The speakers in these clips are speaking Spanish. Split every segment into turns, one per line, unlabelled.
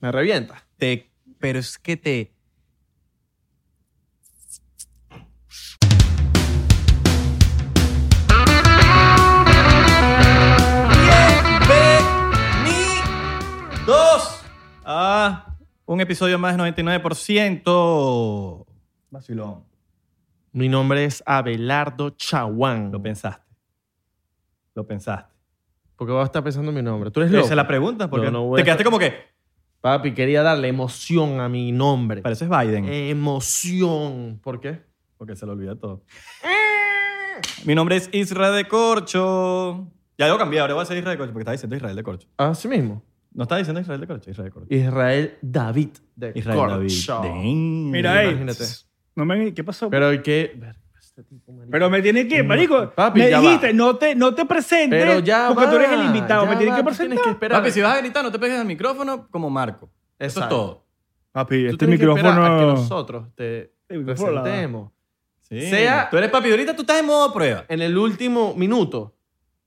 Me revienta.
Te, pero es que te...
Bienvenidos a un episodio más de 99%. Vacilón.
Mi nombre es Abelardo Chaguán.
Lo pensaste. Lo pensaste.
¿Por qué vas a estar pensando en mi nombre? Tú eres
Pero
loco.
se la preguntas porque
No, no voy
te
a-
quedaste como que.
Papi, quería darle emoción a mi nombre. Eh,
Pareces Biden.
Emoción. ¿Por qué?
Porque se lo olvida todo. Mi nombre es Israel de Corcho. Ya lo cambié, ahora voy a ser Israel de Corcho porque estaba diciendo Israel de Corcho.
Así mismo.
No estaba diciendo Israel de Corcho, Israel de Corcho.
Israel David de
Israel
Corcho.
David.
Mira ahí.
Imagínate.
No me, ¿Qué pasó? Pero,
Pero ¿y qué... Verga, este tipo, marico.
me tiene que, marico.
Papi,
me
ya
dijiste,
va.
no te, no te presentes.
Pero ya
Porque
va,
tú eres el invitado.
ya
Me tienes
va,
que
tú
presentar.
Tienes que esperar.
Papi, si vas a gritar, no te pegues al micrófono como Marco. Eso es
Exacto.
todo.
Papi,
Tú
este
tienes que esperar
micrófono.
a que nosotros te
Este micrófono la-
presentemos.
Sí.
Sea-
Tú eres papi, ahorita tú estás en modo prueba.
En el último minuto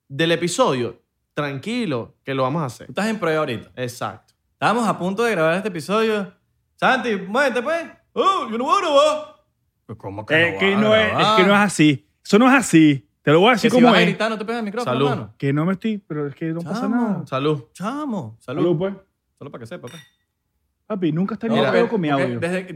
del episodio, tranquilo, que lo vamos a
Tú
hacer.
estás en prueba ahorita.
Exacto.
Estábamos a punto de grabar este episodio. Santi, muévete pues. Oh, yo no voy a grabar. Pues, ¿Cómo
Es
voy
que
a
no es,
grabar?
es que no es así. Eso no es así. Te lo voy a
Que
decir
si
como
vas a
es.
gritar, no te pegues al micrófono,
Salud.
hermano.
Que no me estoy, pero es que no pasa
Chamo.
nada.
Salud.
Chamo, salud.
Salud, pues.
Solo para que sepa, pues.
Papi, nunca está
No,
ni
porque-
pedo Pues con mi
porque
audio.
desde que-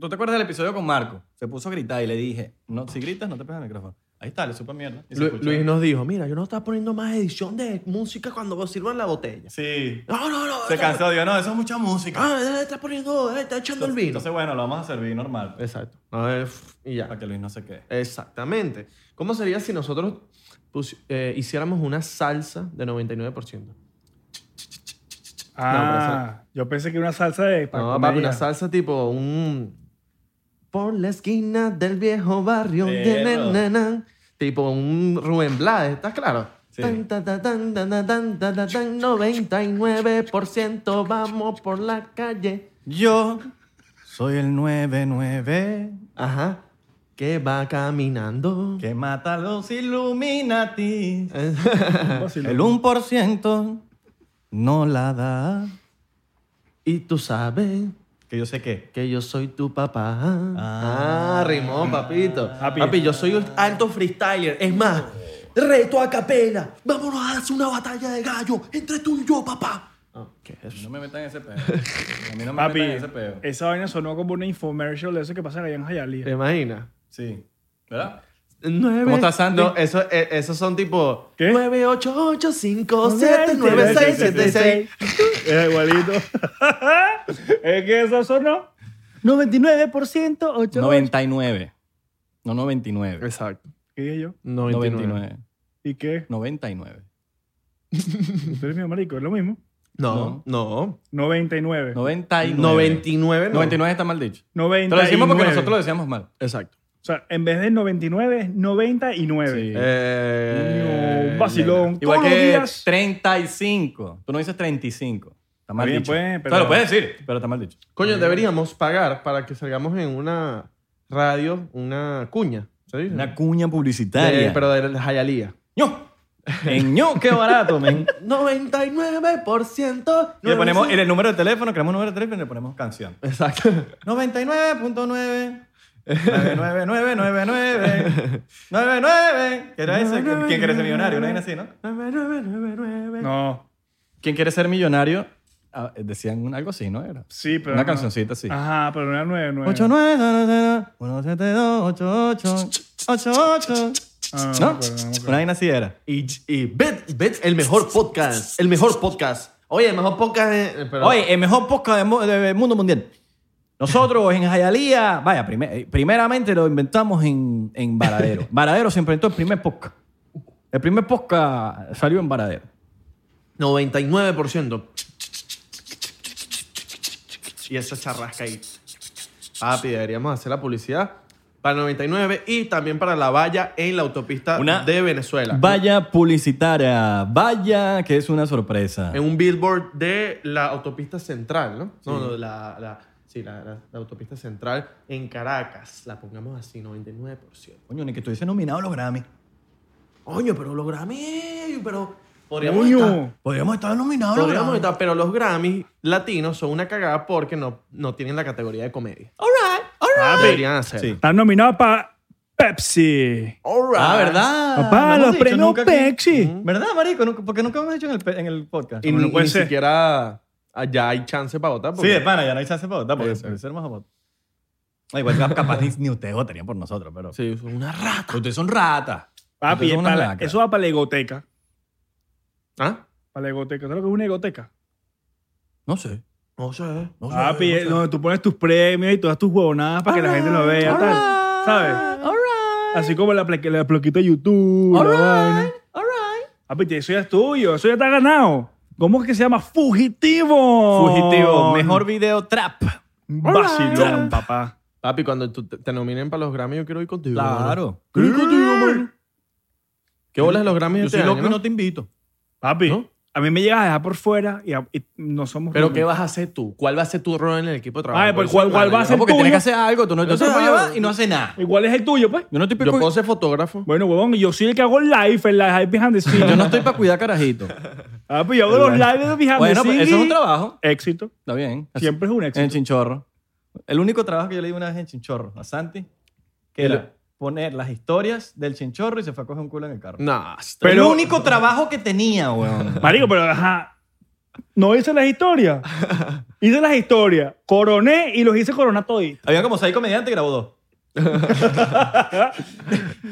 ¿Tú te acuerdas del episodio con Marco? Se puso a gritar y le dije, no, si gritas, no te pegas al micrófono. Ahí está, le supe mierda. y se
Lu-
escuchó.
Luis nos dijo, mira, yo no estaba poniendo más edición de música cuando sirvan la botella.
Sí.
No, no, no.
Se
está-
cansó, digo, no, eso es mucha música.
Ah, eh, está poniendo, eh, está echando el
entonces,
vino.
entonces, bueno, lo vamos a servir normal. pues,
Exacto. A ver, f- y ya.
Para que Luis no se quede.
Exactamente. ¿Cómo sería si nosotros pusi- eh, hiciéramos una salsa de 99%?
Ah, yo pensé que era una salsa de. para
No,
comer
papi,
ya.
una salsa tipo un... Por la esquina del viejo barrio de
Perro.
na, na, na. Tipo un Rubén Blades, ¿estás claro?
Sí.
Tan, ta, ta, tan, ta, ta, tan, ta, ta, tan, 99% vamos por la calle.
Yo soy el 99
Ajá. Que va caminando.
que mata a los Illuminati.
Un vacilón.
El 1% no la da.
Y tú sabes
Que yo sé qué.
que yo soy tu papá. Ah,
Ah.
rimó, papito.
Ah. Papi.
Papi, yo soy un alto freestyler. Es más, reto a capela. Vámonos a hacer una batalla de gallo entre tú y yo, papá. ¿Qué es eso?
No me metan en ese peo. A mí no me
Papi, eh,
metan en ese peo.
esa vaina sonó como una infomercial de eso que pasa allá en Hialeah.
¿Te imaginas?
Sí. ¿Verdad?
Nueve-
¿Cómo estás, Sandy?
No, eso, eh, esos son tipo
¿Qué?
9, 8, 8, 5, 7, 9, 6, 7, 6.
Es igualito. es que eso sonó. 99%, 8.
99. No 99.
Exacto.
¿Qué dije yo?
99.
¿Y qué?
99.
Tú eres mi marico, es lo mismo.
No, no.
99.
99.
99, no.
99 está mal dicho.
99.
Te lo decimos porque nosotros lo decíamos mal.
Exacto.
O sea, en vez de 99 es 99.
Sí.
Eh,
No, vacilón. Todos
Igual
los
que
días.
35. Tú no dices 35. Está mal dicho.
Está bien, pues,
O sea,
pero-
lo puedes decir, pero está mal dicho.
Coño, deberíamos pagar para que salgamos en una radio, una cuña. ¿Se dice?
Una cuña publicitaria.
de, pero de la Jayalía.
¡Ño! Eh, En ño, qué barato, men.
99%.
Y le ponemos en el número de teléfono, creamos un número de teléfono y le ponemos canción.
Exacto.
99.9 99999 99 ¿Qué era eso? ¿Quién quiere ser millonario? Una vaina así, ¿no?
9999.
No.
¿Quién quiere ser millonario? Ah, decían un- algo así, ¿no? Ah, Era.
Sí, pero.
Una
no.
cancioncita así.
Ajá, pero no era 99.
8900 172
Ah, no, me
¿No?
acuerdo, no me acuerdo.
Una vaina así era.
Y, y Bet, Bet, el mejor podcast. El mejor podcast. Oye, el mejor podcast. eh, pero-
Oye, el mejor podcast del mu- del mundo mundial. Nosotros en Jayalía, vaya, primer- eh, primeramente lo inventamos en, en Varadero. Varadero se inventó el primer podcast. El primer podcast salió en Varadero.
99%. Y esa charrasca ahí. Papi, deberíamos hacer la publicidad para 99 y también para la valla en la autopista
Una
de Venezuela.
Vaya publicitaria, vaya que es una sorpresa.
En un billboard de la autopista central, ¿no? No, no, la, la, sí, la, la- la autopista central en Caracas. La pongamos así, 99%.
Coño, ni que estuviese nominado a los Grammy.
Coño, pero los Grammy, pero Podríamos
Coño.
estar-
Podríamos estar nominados. a los
podríamos
Grammy.
estar, pero los Grammys latinos son una cagada porque no, no tienen la categoría de comedia. All Deberían hacer.
Sí.
Están nominados para Pepsi.
Ah, ¿verdad? No
Papá,
hemos
los
dicho
premios
nunca Mm. aquí.
Pepsi.
¿Verdad, marico? Nunca- Porque nunca hemos hecho en el, pe- en el podcast.
Y
No
ni,
puede
ni
ser.
siquiera allá hay chance para votar.
Sí,
porque-
de pana, ya no hay chance para votar, porque
Eso.
puede ser más a votar. Ah, Igual cap- capaz ni, ni ustedes votarían por nosotros, pero...
Sí, son una rata.
Ustedes son ratas. Entonces,
Papi, es
una
para la-
lacra.
eso va para la egoteca.
¿Ah?
Para la egoteca. ¿Sabes lo que es una egoteca?
No sé.
No sé. No sé,
Papi,
no
eh,
es
sé.
donde tú pones tus premios y todas tus huevonadas para que la gente lo vea,
All
tal.
right,
¿Sabes?
all right,
Así como la, pla- la plaquita de YouTube. la
all right,
vaina.
all right.
Papi, eso ya es tuyo. Eso ya está ganado. ¿Cómo es que se llama? Fugitivo.
Fugitivo, mejor video trap.
Vacilón, papá.
Papi, cuando tú te, te nominen para los Grammys, yo quiero ir contigo.
Claro.
mano. Quiero ir contigo, mano. ¿Qué bolas de los Grammys
Yo
este
soy loco
año,
y
no?
no te invito.
Papi,
¿No?
a mí me llegas a dejar por fuera y, a- y no somos.
¿Pero qué vas a hacer tú? ¿Cuál va a ser tu rol en el equipo de trabajo?
Ay, pues, ¿cuál- cuál va a
No,
ser
porque
tuyo?
tienes que hacer algo. Tú no, yo
Yo
te
sé
puedo
algo.
llevar y no hace nada.
Igual es el tuyo, pues.
Yo no estoy
Yo puedo
para
ser fotógrafo.
Bueno, huevón, yo soy el que hago el live, el live behind the scenes.
Yo no estoy para cuidar carajito.
Papi, yo hago los live de behind
Bueno,
the
pues,
scenes.
eso es un trabajo.
Éxito.
Está bien. Así-
Siempre es un
En
éxito.
Chinchorro. El único trabajo que yo le di una vez en Chinchorro a Santi, que era poner las historias del Chinchorro y se fue a coger un culo en el carro.
Nah, este,
Pero-
el único trabajo que tenía, weón.
Marico, pero ajá. No hice las historias. Hice las historias. Coroné y los hice coronar todito.
Había como seis comediantes y grabó dos.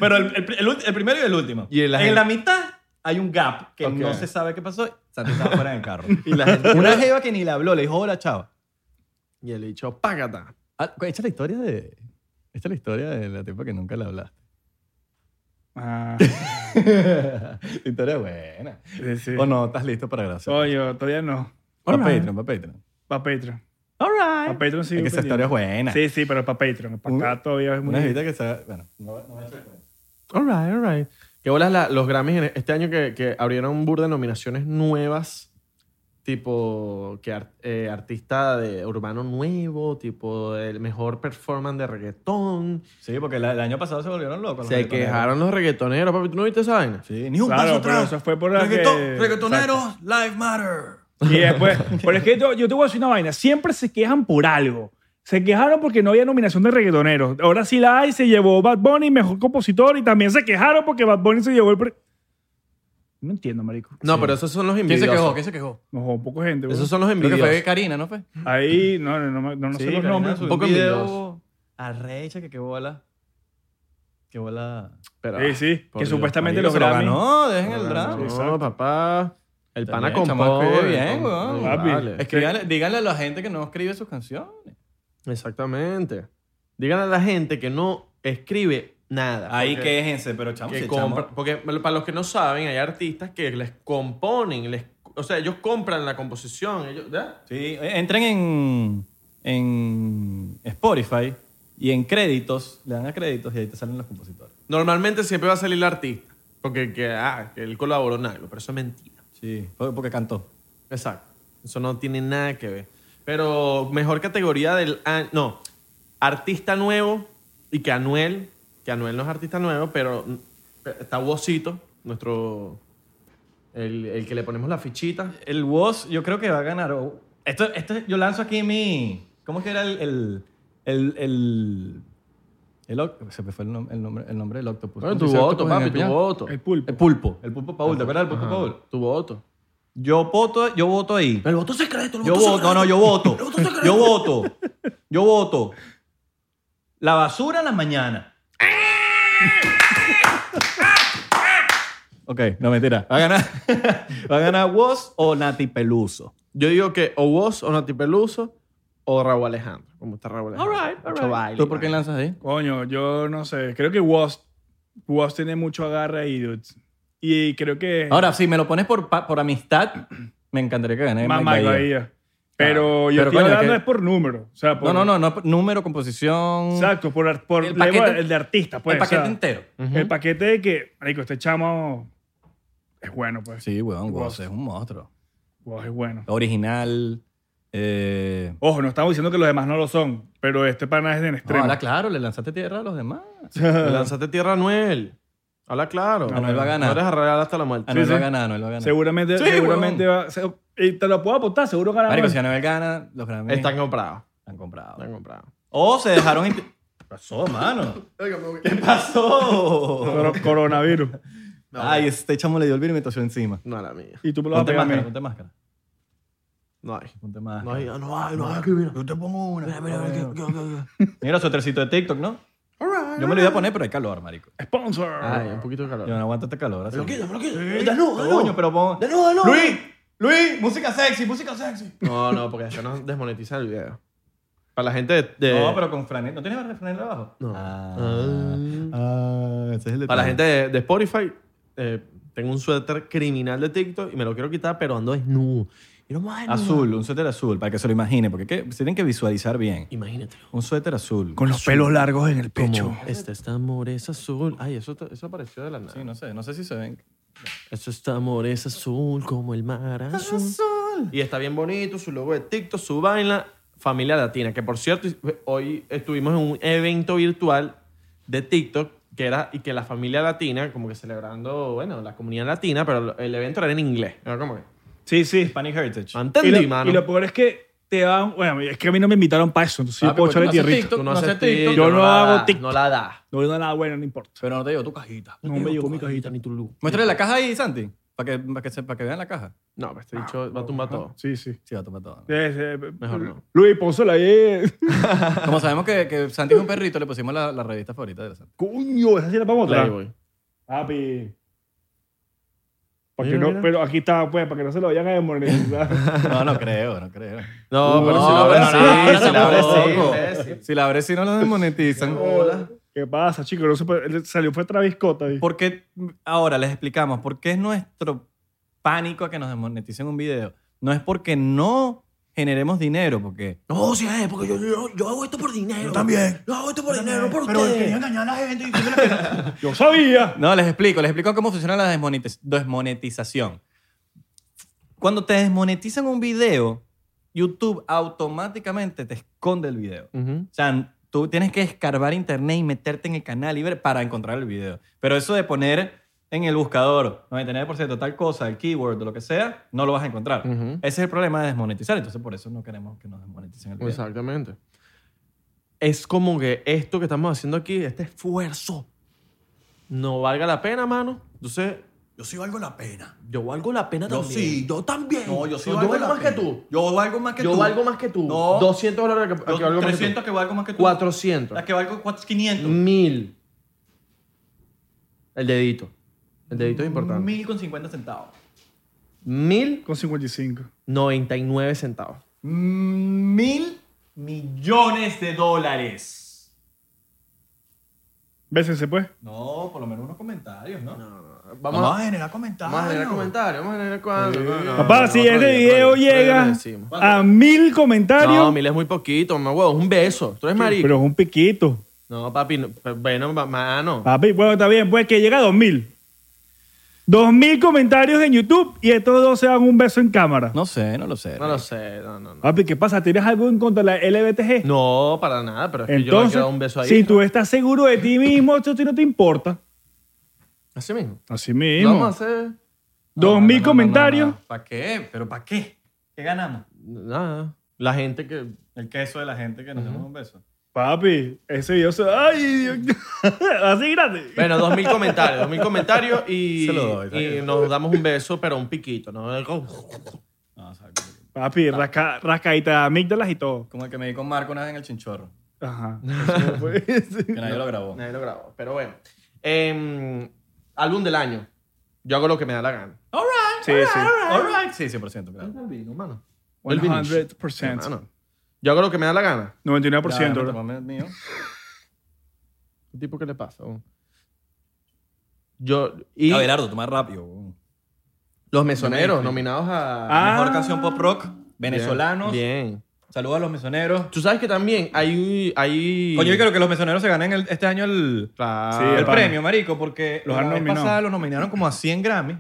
Pero el, el- el ulti- el primero y el último.
Y en la
en
gente-
la mitad hay un gap que
Ok.
no se sabe qué pasó. Santi estaba fuera en el carro.
y la gente...
Una jeva que ni le habló, le dijo hola, chao.
Y el dicho, págata.
Ah, Esta es la historia de. Esta es la historia de la tipa que nunca le hablaste.
Ah,
La historia buena.
sí, sí.
O no, estás listo para grabar.
Oye, todavía no.
Para
Alright.
Patreon, para Patreon.
Para Patreon.
All
Para Patreon sí.
es que esa historia es buena.
Sí, sí, pero para Patreon. Para acá todavía es muy
Una jevita que sabe. Bueno, no, no voy a hacer cuenta.
All right, all right. ¿Qué bolas la- los Grammys en este año que, que abrieron un burda de nominaciones nuevas? Tipo, que ar- eh, artista de urbano nuevo, tipo, el mejor performance de reggaetón.
Sí, porque la- el año pasado se volvieron locos. los
Se
reggaetoneros.
quejaron los reggaetoneros, papi. ¿Tú no viste esa vaina?
Sí, ni un
Claro,
paso
pero
atrás.
eso fue por la
Reggaeton-
que-
Reggaetoneros, Live Matter.
Y después, pero es que yo, yo te voy a decir una vaina. Siempre se quejan por algo. Se quejaron porque no había nominación de reggaetoneros. Ahora sí la hay, se llevó Bad Bunny, mejor compositor, y también se quejaron porque Bad Bunny se llevó el... pre- No entiendo, marico.
No, pero esos son los
¿Quién
envidiosos.
se quejó? ¿Quién se quejó?
No, poco gente. weón.
Esos son los
Creo que
envidiosos.
fue Karina, ¿no fue?
Ahí, no, no, no, me- no, no sé los nombres.
Un
poco
poco video
envidiosos.
arrecha que qué bola. Qué bola.
Pero,
Sí, sí,
por
que
Dios.
supuestamente
Marico,
los
se lo
Grammy...
ganó, dejen el
No,
drama.
Exacto.
No, papá. El
Está
pana
bien,
con
chamaco, bien, weón.
Papi.
Escríbanle- díganle a la gente que no escribe sus canciones.
Exactamente. Díganle a la gente que no escribe nada.
Ahí
porque-
quéjense, pero chamo,
que
si
compra-
chamo-
porque para los que no saben, hay artistas que les componen, les, o sea, ellos compran la composición, ellos, ¿verdad?
Sí, eh, entren en, en Spotify y en créditos, le dan a créditos y ahí te salen los compositores.
Normalmente siempre va a salir el artista, porque que, ah, que él colaboró en algo, pero eso es mentira.
Sí, porque porque cantó.
Exacto. Eso no tiene nada que ver. Pero mejor categoría del año, no, artista nuevo y que Anuel, que Anuel no es artista nuevo, pero mm, está Wosito, nuestro el, el que le ponemos la fichita.
El Woz yo creo que va a ganar. O- Esto, esto, yo lanzo aquí mi... ¿Cómo es que era el... el, el, el- el oc- se me fue el, nom- el nombre, el nombre del octopus.
Bueno,
¿Cómo
tu
se dice
voto,
octopus en
papi, tu
español?
voto.
El pulpo.
El pulpo. El pulpo Paul. ¿Te acuerdas del pulpo
Ajá,
Paul?
Tu voto.
Yo voto, yo voto ahí.
El voto secreto, el voto
Yo voto,
secreto.
no, no, yo voto.
El voto secreto.
Yo voto. Yo voto. La basura en la mañana. ok, no mentira. Va a ganar. Va a ganar Woz o Nati Peluso.
Yo digo que o vos, o Nati Peluso, o Raúl Alejandro. ¿Cómo está Raúl Alejandro?
Alright, alright.
Mucho baile,
¿Tú por qué
man.
lanzas ahí?
Coño, yo no sé. Creo que Woz, Woz tiene mucho agarre ahí, dude. Y creo que...
Ahora, si me lo pones por, pa- por amistad, me encantaría que gane
más
Mike
Mike
Bahía.
Bahía. Pero
Ah, pero
yo estoy
coño,
hablando
que-
es por número. O sea, por,
No, no, no, no, Número, composición.
Exacto, por, ar- por
El
el,
paquete-
el de artista, pues.
el paquete
o sea,
entero.
Ujú.
El paquete de que, marico, este chamo es bueno, pues.
Sí, weón, Woz
Woz.
es un monstruo.
Wow, es bueno.
Original. Eh,
Ojo, no estamos diciendo que los demás no lo son, pero este pana es de
No,
extremo.
ahora claro, le lanzaste tierra a los demás.
Le Lanzaste tierra a Anuel. Habla claro.
Anuel va a ganar.
No eres arreglar hasta la muerte.
Anuel
sí.
va a ganar, Anuel va a ganar.
Seguramente,
Sí,
seguramente va. se- y te lo puedo apostar, seguro ganamos.
Marico, si Anuel gana, los Grammys
Están comprados.
están comprados.
Están comprados.
O se dejaron... inti- ¿Qué pasó, mano? ¿Qué pasó?
Coro- Coronavirus.
Ay, este chamo le dio el virus y me tosió encima.
No la mía.
Y tú me lo vas a
Ponte
pegar a mí.
máscara, ponte máscara.
No hay.
Ponte máscara.
No hay, no hay, no hay. Aquí, mira.
Yo te pongo una. Mira,
Mira, mira, mira, aquí, aquí, aquí.
su tercito de TikTok, ¿no?
All right.
Yo me lo iba a poner, pero hay calor, marico.
Sponsor.
Ay, un poquito de
Yo
calor.
no aguanto este calor. así.
Me lo quito, me lo quito. Desnudo,
Coño,
desnudo.
pero pon...
Desnudo, desnudo.
Luis, Luis, música sexy, música sexy.
No, no, porque eso nos desmonetiza el video. Para la gente de... de-
No, pero con franel. ¿No tienes franel abajo?
Eh. No.
Ah,
Ah.
Ah, ese es el detalle.
Para la gente de, de Spotify, eh, tengo un suéter criminal de TikTok y me lo quiero quitar, pero ando desnudo. Y no me voy a desnudar.
Azul, un suéter azul, para que se lo imagine, porque ¿qué? se tienen que visualizar bien.
Imagínatelo.
Un suéter azul.
Con los pelos largos en el pecho.
Como, Este, este amor es azul. Ay, eso, eso apareció de la nada.
Sí, no sé, no sé si se ven.
Eso está amor es azul como el mar azul. Y está bien bonito, su logo de TikTok, su vaina, familia latina. Que por cierto, hoy estuvimos en un evento virtual de TikTok que era y que la familia latina, como que celebrando, bueno, la comunidad latina, pero el evento era en inglés. Era como que.
Sí, sí.
Hispanic Heritage.
¿no
Y lo,
entendí, mano?
y lo peor es que te van. Bueno, es que a mí no me invitaron para eso, entonces yo puedo echarle tierrita.
Ah, pues Tú no haces
TikTok.
TikTok,
Yo no
la
hago
das,
TikTok.
No la da.
No veo nada bueno, no importa.
Pero no te llegó tu cajita.
No me llegó mi cajita.
ni tu luz.
Muéstrale la caja ahí, Santi, para que, para que, se- para que vean la caja.
No, pero este dicho va a tumbar todo.
Sí, sí.
Sí, va a tomar todo.
Eh, eh,
Mejor no.
Luis, pónsela ahí.
Como sabemos que, que Santi es un perrito, le pusimos la, la revista favorita de la Santi.
Coño, esa sí la vamos a traer.
Playboy.
Papi. Pa' que
Mira,
no,
mira.
pero aquí está, pues, para que no se lo vayan a desmonetizar.
No, no creo, no creo.
No, pero si
No,
lo abres,
pero
sí,
no,
si lo abres,
tampoco.
sí.
Si la abres, si no la desmonetizan.
¿Qué pasa, chicos? No se puede- él salió fue Travis Scott ahí.
Porque ahora les explicamos por qué es nuestro pánico a que nos desmoneticen un video. No es porque no generemos dinero, porque
No, sí es, porque yo, yo, yo hago esto por dinero. Yo también. Yo hago esto por dinero, por ustedes.
Yo sabía.
No, les explico, les explico cómo funciona la desmonetiz- desmonetización. Cuando te desmonetizan un video, YouTube automáticamente te esconde el video. O sea, tú tienes que escarbar internet y meterte en el canal y ver para encontrar el video. Pero eso de poner en el buscador 99% tal cosa, el keyword o lo que sea, no lo vas a encontrar.
Ujú.
Ese es el problema de desmonetizar. Entonces, por eso no queremos que nos desmoneticen el video.
Exactamente. Es como que esto que estamos haciendo aquí, este esfuerzo, no valga la pena, mano. Entonces,
Yo sí valgo la pena.
yo valgo la pena
Yo
también.
sí, yo también.
No, yo sí
yo
valgo
valgo
más
la
que
pena.
tú.
Yo valgo más que
yo
tú.
valgo más que tú.
No.
200 dólares que, que valgo más que tú. Mm,
que valgo más que tú.
400.
que valgo 500.
1000. El dedito. El dedito es importante.
Mil con cincuenta centavos.
1000.
Con 55.
99 centavos.
Mm, Mil millones de dólares.
Bésense, pues.
No, por lo menos unos comentarios, ¿no?
Vamos,
Ah,
a,
generar comentarios.
vamos a generar comentarios. Vamos a generar cuándo. No, no,
Papá,
no,
si
otro
este
día,
video
otro día, otro día le
llega
decimos.
a mil comentarios.
No, mil es muy poquito, me huevo. Un beso. Tú eres marico.
pero es un piquito.
No, papi, no, pero bueno, ma- mano.
Papi, bueno, está bien, pues que llega a dos mil. Dos mil comentarios en YouTube y estos dos se dan un beso en cámara.
No sé, no lo sé.
No lo sé, no, no, no.
Papi, ¿qué pasa? ¿Tienes algo en contra de la LBTG?
No, para nada, pero es que yo le
Entonces,
quiero dar un beso ahí.
si tú estás seguro de ti mismo, esto a ti no te importa.
Así mismo.
Así
Lo
mismo.
Vamos a hacer.
Dos mil comentarios.
¿Para qué? ¿Pero para qué? ¿Qué ganamos?
Nada. La gente que.
El queso de la gente que nos demos un beso.
Papi, ese video se... ¡Ay! Dios. Así grande.
Bueno, dos mil comentarios, dos mil comentarios y,
Se lo doy, está
y
bien.
nos damos un beso, pero un piquito, ¿no? Algo-
No, o sea,
Papi, rasca, rascadita de amígdalas y todo.
como el que me di con Marco una vez en el chinchorro.
Ajá. Eso fue-
Que nadie lo grabó.
Nadie lo grabó, pero bueno. Em, álbum del año. Yo hago lo que me da la gana.
All right.
Sí, sí.
All right. Sí, 100%, claro.
El vino, mano. El vino.
100%.
Mano, Yo hago lo que me da la gana.
99%.
Ya,
bro.
tomame el mío.
¿Qué tipo que le pasa? weón? Yo. Y
Abelardo, toma rápido. weón.
los mesoneros nominados a.
Ah.
Mejor canción pop rock,
Bien,
venezolanos.
Bien.
Saludos a los mesoneros.
Tú sabes que también hay. hay...
Coño, yo creo que los mesoneros se ganen el- este año el,
Claro.
Sí,
el
Ah, pana.
premio, marico, porque
Los
la
han
vez
nominado.
pasada los nominaron como a 100 Grammy.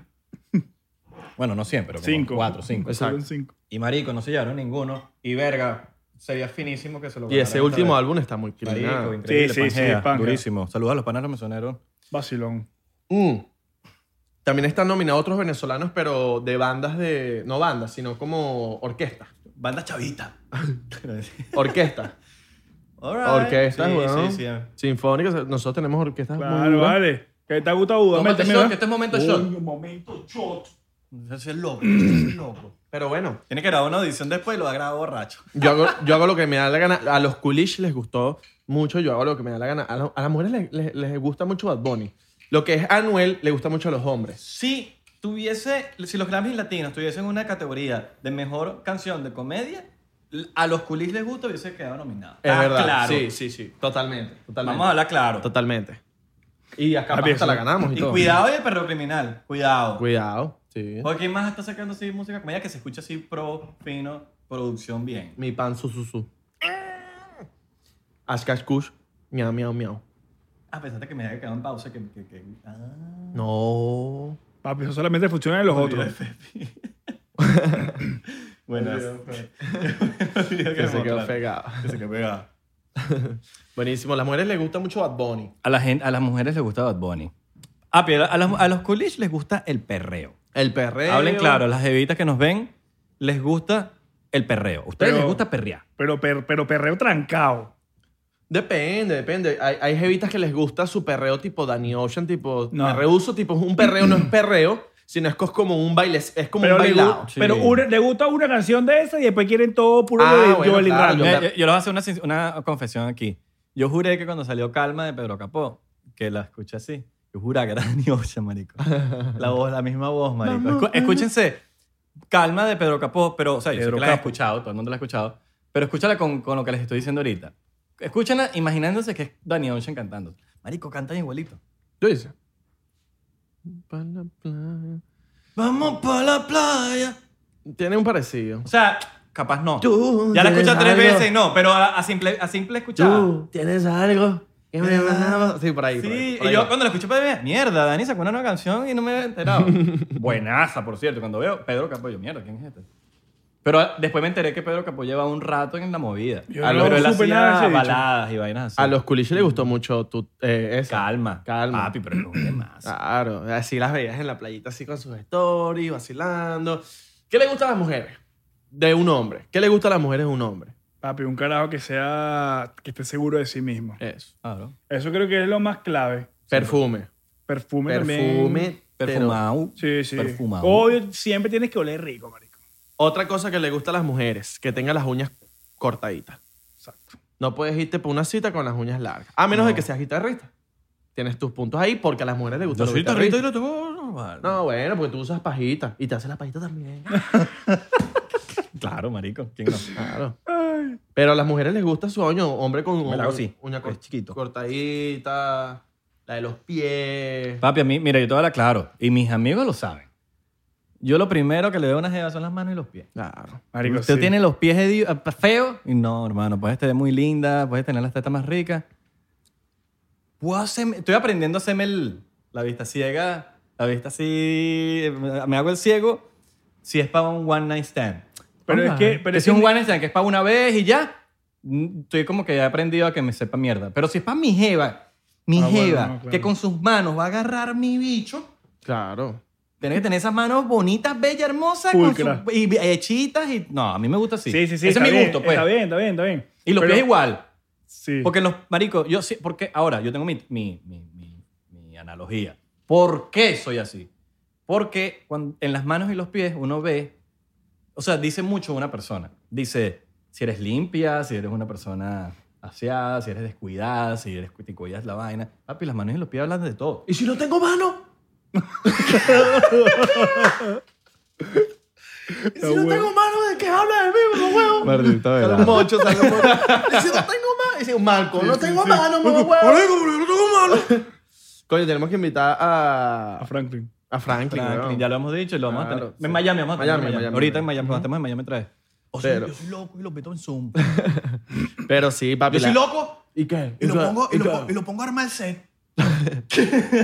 bueno, no 100, pero como
Cinco.
4, 5.
Exacto.
Solo en cinco.
Y marico, no se llevaron ninguno. Y verga, sería finísimo que se lo
Y ese
ganaran otra
último
vez.
álbum está muy criminal.
Marico, increíble,
Sí, sí, sí,
Pangea,
Pangea.
durísimo. Saludos a los panas los mesoneros.
Vacilón.
Mm. También están nominados otros venezolanos, pero de bandas de. No bandas, sino como orquestas.
Banda chavita.
Orquestas.
All right.
orquestas,
Sí,
weón.
sí, sí.
Sinfónicas. Nosotros tenemos orquestas Ah, muy
Claro,
duras.
vale. Que te gusta Buda.
Tómate
méteme,
shot,
¿no?
que este es momento shot.
Coño, momento shot.
Ese es loco, ese es loco.
Pero bueno,
Tiene que grabar una audición después y lo graba borracho.
yo hago, yo hago lo que me da la gana. A los coolish les gustó mucho, yo hago lo que me da la gana. A, la- a las mujeres les, les- les gusta mucho Bad Bunny. Lo que es Anuel le gusta mucho a los hombres.
Si tuviese, si los Grammys latinos tuviesen una categoría de mejor canción de comedia, a los culis les gusta hubiese quedado nominado.
Es
Ah,
verdad.
Claro.
Sí, sí, sí. Totalmente. totalmente.
Vamos a hablar claro.
Totalmente. Y acá
Papi,
hasta
eso-
la ganamos y,
Y
todo.
cuidado de perro criminal. Cuidado.
Cuidado. Sí.
Porque ¿quién más está sacando así música comedia que se escucha así pro, fino, producción bien.
Mi pan su su su. Ashkash Kush. Miau, miau, miau.
A pesar de que me había quedado en pausa, que. que, que- ah.
No.
Papi, eso solamente funciona en los otros.
Bueno, pues.
Que se quedó
pegado.
pegado.
Que se quedó pegado.
Buenísimo. A las mujeres les gusta mucho Bad Bunny.
A, la gente, a las mujeres les gusta Bad Bunny. Ah, pero a, las- a los coolish les gusta el perreo.
El perreo.
Hablen claro, a las evitas que nos ven les gusta el perreo. A ustedes
Pero-
les gusta perrear.
Pero, per- pero perreo trancado.
Depende, depende. Hay, hay jevitas que les gusta su perreo tipo Danny Ocean, tipo
No.
me rehuso, tipo un perreo no es perreo, sino es cos- como un baile, es como
Pero,
un
le,
bailado.
gu- pero una- le gusta una canción de esa y después quieren todo puro
Ah,
de
bueno,
Joel y
claro,
Randy.
yo-
Mira, yo, yo les voy a hacer una, sin- una confesión aquí. Yo juré que cuando salió Calma de Pedro Capó, que la escuché así. Yo juraba que era Dani Ocean, marico. La voz, la misma voz, marico. Escu- escúchense Calma de Pedro Capó, pero, o sea, yo sé
Pedro
que la han
Capo.
escuchado, todo el mundo la ha escuchado, pero escúchala con, con lo que les estoy diciendo ahorita. Escúchala imaginándose que es Dani Ocean cantando. Marico, canta igualito.
Yo hice. Pa' la playa.
Vamos para la playa.
Tiene un parecido.
O sea, capaz no.
Tú
ya la escuchas
tienes
tres
algo.
veces y no, pero a, a simple, a simple escuchada.
tienes algo que
me da-
Eh, Sí, por ahí. por ahí,
Sí,
por
y
ahí
yo
va.
cuando la escuché, pues, mierda, Dani sacó una nueva canción y no me había enterado. Buenaza, por cierto. Cuando veo Pedro Capó, yo, mierda, ¿quién es este? Pero ah, después me enteré que Pedro Capó lleva un rato en la movida.
Yo
Ah,
no
pero él
supe
hacía
nada de ese bicho.
baladas y vainas así.
A los culiches les
Mm.
gustó mucho tu, eh, esa.
Calma.
Calma. Ah.
Papi, pero es un temazo.
Claro, así las veías en la playita, así con sus stories, vacilando. ¿Qué le gusta a las mujeres? De un hombre. ¿Qué le gusta a las mujeres de un hombre?
Papi, un carajo que sea. que esté seguro de sí mismo.
Eso.
Claro.
Eso creo que es lo más clave.
Perfume.
Perfume, también.
Perfume. pero-
Perfumado.
Sí, sí.
Perfumado.
Obvio, siempre tienes que oler rico, marico.
Otra cosa que le gusta a las mujeres, que tenga las uñas cortaditas.
Exacto.
No puedes irte por una cita con las uñas largas. A menos
No.
de que seas guitarrista. Tienes tus puntos ahí porque a las mujeres les gusta
Yo
los
soy torrito y
guitarristas.
lo tengo normal.
No, bueno, porque tú usas pajita. Y te haces la pajita también.
Claro, marico. ¿Quién no?
Claro. Pero a las mujeres les gusta su oño, hombre con
Me la hago así,
uña
es chiquito.
cortadita, la de los pies.
Papi, a mí, mira, yo te voy a hablar claro. Y mis amigos lo saben. Yo lo primero que le veo a una jeva son las manos y los pies.
Claro.
Marico,
Usted
sí.
tiene los pies hedi- feos. Y no, hermano, puedes tener muy linda, puedes tener las tetas más ricas. Puedo hacerme- estoy aprendiendo a hacerme el- la vista ciega, la vista así, eh, me hago el ciego si es para un one night stand.
Pero es
eh.
que- pero
eh. Que
es
si
que-
es un one night stand que es para una vez y ya, mm, estoy como que ya he aprendido a que me sepa mierda. Pero si es para mi jeva, mi
Ah, bueno,
jeva,
no, claro.
que con sus manos va a agarrar mi bicho,
Claro.
tiene que tener esas manos bonitas, bellas, hermosas, con
Pulcra.
su- y hechitas y... No, a mí me gusta así.
Sí, sí,
Ese
sí. está
es mi
bien,
gusto, pues.
Está bien, está bien, está bien.
Y los
Pero-
pies igual.
Sí.
Porque los maricos, yo sí, porque ahora yo tengo mi, mi, mi, mi- mi analogía. ¿Por qué soy así? Porque cuando, en las manos y los pies uno ve, o sea, dice mucho una persona. Dice si eres limpia, si eres una persona aseada, si eres descuidada, si eres te cuidas la vaina. Papi, las manos y los pies hablan de todo.
¿Y si no tengo mano?
si no tengo
mano, ¿de qué habla de mí, mamá huevo?
Maldita
Salgo mocho, salgo mocho. ¿Y si no tengo mano? Dice, Marco, no tengo mano, mamá huevo.
no tengo mano.
Coño, tenemos que invitar
A
a,
Franklin.
a Franklin.
Franklin,
weón.
ya lo hemos dicho y lo vamos a
Claro,
tener.
sí.
En Miami, vamos a tener.
Miami,
en
Miami,
Ahorita en
Miami.
Miami, cuando estemos en Miami otra vez. O sea,
Pero-
yo soy loco y lo meto en Zoom.
Pero sí, papi.
Yo soy
la-
loco.
¿Y qué?
Y lo pongo, y lo,
qué?
pongo- y lo pongo a armar el set.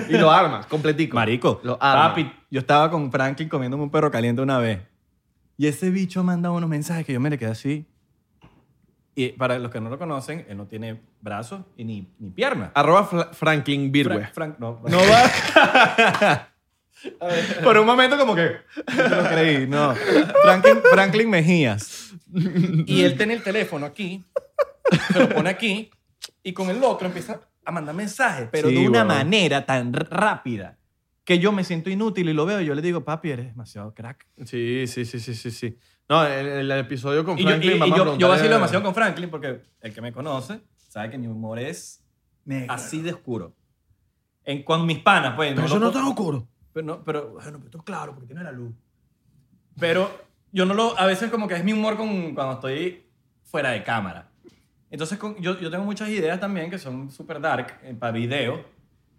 Y lo armas, completico.
Marico,
Lo arma.
papi, yo estaba con Franklin comiéndome un perro caliente una vez. Y ese bicho manda unos mensajes que yo me le quedé así. Y para los que no lo conocen, él no tiene brazos y ni, ni piernas.
Arroba Fla- Franklin Birwe.
Frank, Frank- no,
No
no
va.
Por un momento como que no te lo creí, no. Franklin, Franklin Mejías. Y él tiene el teléfono aquí, se lo pone aquí y con el otro empieza a mandar mensajes, pero
Sí,
de una
weón.
manera tan r- rápida que yo me siento inútil y lo veo y yo le digo, papi, eres demasiado crack.
Sí, sí, sí, sí, sí, sí. No, el, el episodio con
Y yo,
Franklin
y- y
vamos a
yo, yo
preguntarle-
vacilo demasiado con Franklin porque el que me conoce sabe que mi humor es
Negro.
así de oscuro. En cuanto mis panas, pues.
Pero
lo
eso no
puedo-
está oscuro.
Pero, no, pero bueno, pero esto es claro, porque tiene la luz. Pero yo no lo. A veces, como que es mi humor con, cuando estoy fuera de cámara. Entonces, con- yo, yo tengo muchas ideas también que son super dark eh, para video.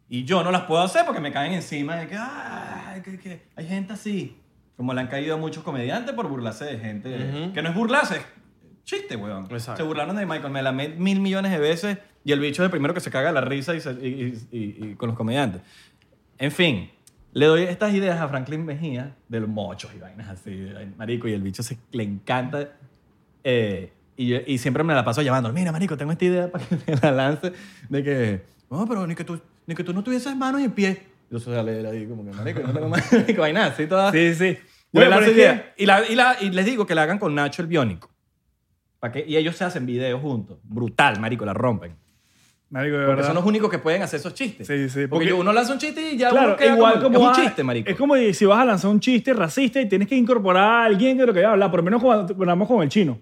Y yo no las puedo hacer porque me caen encima de que, "Ay, que, que hay gente así. Como le han caído a muchos comediantes por burlarse de gente.
Ujú.
Que no es burlarse, es chiste, weón.
Exacto.
Se burlaron de Michael Melamed mil millones de veces y el bicho es el primero que se caga la risa y, se- y- y- y- y con los comediantes. En fin, le doy estas ideas a Franklin Mejía de los mochos y vainas así, ay, marico, y el bicho se, le encanta. eh, y, yo- y siempre me la paso llamando, mira, marico, tengo esta idea para que me la lance de que, no, pero ni que tú, ni que tú no tuvieses manos y pies. Yo se la leo ahí como que, marico, yo no tengo manos, marico, vainas así todas.
Sí, sí.
Yo le
Bueno,
lanzo
pero es que-
idea. Y, la- y la- y les digo que la hagan con Nacho el Biónico. Pa' que, y ellos se hacen videos juntos. Brutal, marico, la rompen.
Marico, de
Porque
verdad.
son los únicos que pueden hacer esos chistes.
Sí,
Porque,
sí, porque-
uno lanza un chiste y ya uno
Claro,
queda
igual
como, que
como,
es
vas-
un chiste, marico.
Es como si vas a lanzar un chiste racista y tienes que incorporar a alguien de lo que va a hablar. Por lo menos cuando grabamos con el chino.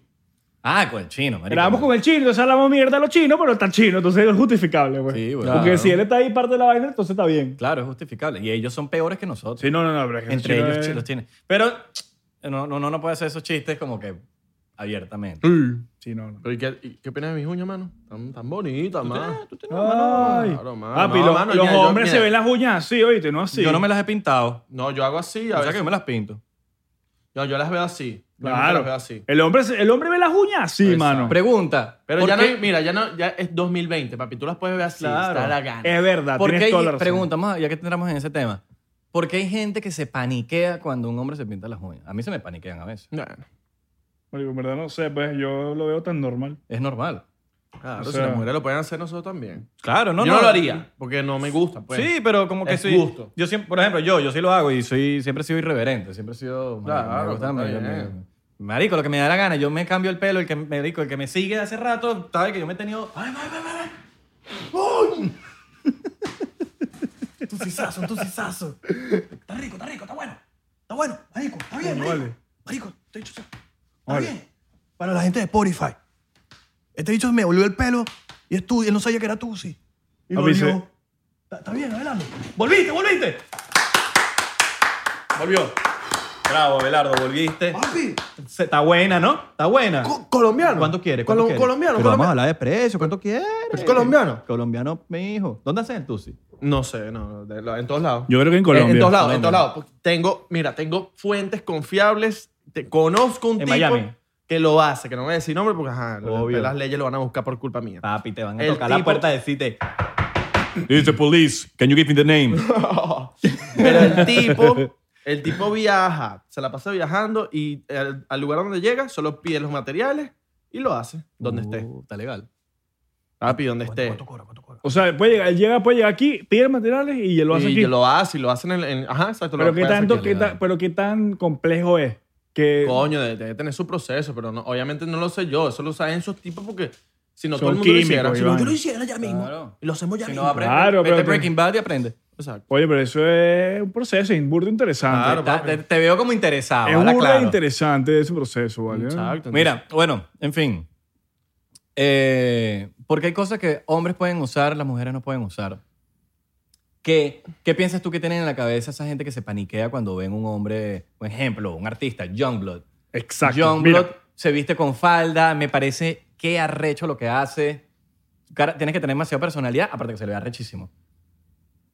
Ah, con el chino, marico.
Grabamos con el chino, entonces hablamos mierda a los chinos, pero está el chino, entonces es justificable, güey.
Sí, güey.
Porque
Claro.
si él está ahí parte de la vaina, entonces está bien.
Claro, es justificable. Y ellos son peores que nosotros.
Sí, no, no, no, pero es que
Entre
el chino
ellos
es-
chi- los tienen. Pero no, no, no, no puede hacer esos chistes como que abiertamente.
Mm.
Sí, no, no.
Pero ¿y qué, y qué opinas de mis uñas, mano? Tan, tan bonitas, mano.
Ay.
Claro, mano.
Papi,
No,
los,
mano,
los
ya, yo-
hombres se
mira.
ven las uñas así, oíste, no así.
Yo no me las he pintado.
No, yo hago así. A
O sea
veces.
que yo me las pinto.
No, yo las veo así. Yo nunca
Claro.
Las veo así.
El hombre, se- el hombre ve las uñas así,
Exacto.
mano.
Pregunta.
Pero
¿por
ya no,
qué-
hay- mira, ya no, ya es 2020, papi. Tú las puedes ver así.
Claro. Eh,
Está la gana.
Es verdad,
¿Por
Ah, tienes
qué
toda
hay-
la razón.
pregunta, más, ya que entramos en ese tema, ¿por qué hay gente que se paniquea cuando un hombre se pinta las uñas? A mí se me paniquean a veces.
No,
Marico, en verdad no sé, pues yo lo veo tan normal.
Es normal.
Claro,
O
si
sea-
las mujeres lo pueden hacer nosotros también.
Claro,
yo no lo haría, porque no me gusta. Pues.
sí, pero como que
es
sí.
gusto.
Yo siempre, por ejemplo, yo, yo sí lo hago y soy, siempre he sido irreverente, siempre he sido. marico,
Claro,
me gusta, me-
está
me-
bien.
marico, lo que me da la gana, yo me cambio el pelo, el que me marico, el que me sigue hace rato, sabe que yo me he tenido. ¡Ay, ay, ay, ay, ay! ¡Tú sisazo, tú sisazo!
Está rico, está rico, está bueno. Está bueno, marico, está bien,
Coño,
marico.
vale.
¿eh? Marico, este bicho se- está
Vale.
bien. Para la gente de Spotify. Este bicho me volvió el pelo y es tu, él no sabía que era tú, sí. Y
A mí
volvió.
se-
Está, está bien, Abelardo.
¡Volviste, volviste! Volvió. Bravo, Belardo, volviste.
Papi,
Se- Está buena, ¿no? Está buena.
co-
Colombiano.
¿Cuánto quieres? ¿Cuánto
Colo-
quieres?
Colombiano.
Pero vamos a
colombiano.
hablar de precio. ¿Cuánto quieres?
¿Es colombiano?
Colombiano, mi hijo. ¿Dónde haces el tusi?
No sé, no. de- lo- en todos lados.
Yo creo que en
En-
Colombia.
En, todos lados, en
Colombia.
todos lados. Porque Tengo, mira, tengo fuentes confiables. Te, conozco un
En
tipo
Miami.
que lo hace, que no voy a decir nombre porque ajá, lo-
Obvio.
las leyes lo van a buscar por culpa mía.
Papi, te van a
El
tocar la
tipo-
puerta de CITE.
It's the police. Can you give me the name?
Pero el tipo, el tipo viaja, se la pasa viajando y al, al lugar donde llega solo pide los materiales y lo hace donde esté.
Uh, Está legal.
Papi, donde
Este.
esté.
¿Cuánto cobra, cuánto cobra?
O sea, puede llegar, él llega, puede llegar aquí, pide materiales y él lo hace
Y
aquí.
que lo hace y lo hacen en, en- ajá, exacto, lo
Pero qué
puede hacer
tanto,
aquí.
qué tan- pero qué tan complejo es. Que
Coño, de- debe tener su proceso, pero no- obviamente no lo sé yo. Eso lo saben esos tipos porque si no
Son
todo el mundo lo
químicos,
hiciera.
Iván.
Si
Si no,
Bueno.
yo lo hiciera ya mismo.
Claro.
Y lo hacemos ya
Si no
mismo.
aprendes,
Claro,
vete
pero-
Breaking Bad y aprende.
Exacto.
Oye, pero eso es un proceso, es un burdo interesante.
Claro,
Ta-
papi.
te, te veo como interesado.
es un
habla
burdo
claro.
interesante ese proceso, ¿vale?
Exacto.
Mira, bueno, en fin. Eh, porque hay cosas que hombres pueden usar, las mujeres no pueden usar. ¿Qué, ¿Qué piensas tú que tienen en la cabeza esa gente que se paniquea cuando ven un hombre, por ejemplo, un artista, Youngblood?
Exacto. Mira,
Youngblood se viste con falda, me parece qué arrecho lo que hace. Cara, tienes que tener demasiada personalidad, aparte que se le ve arrechísimo.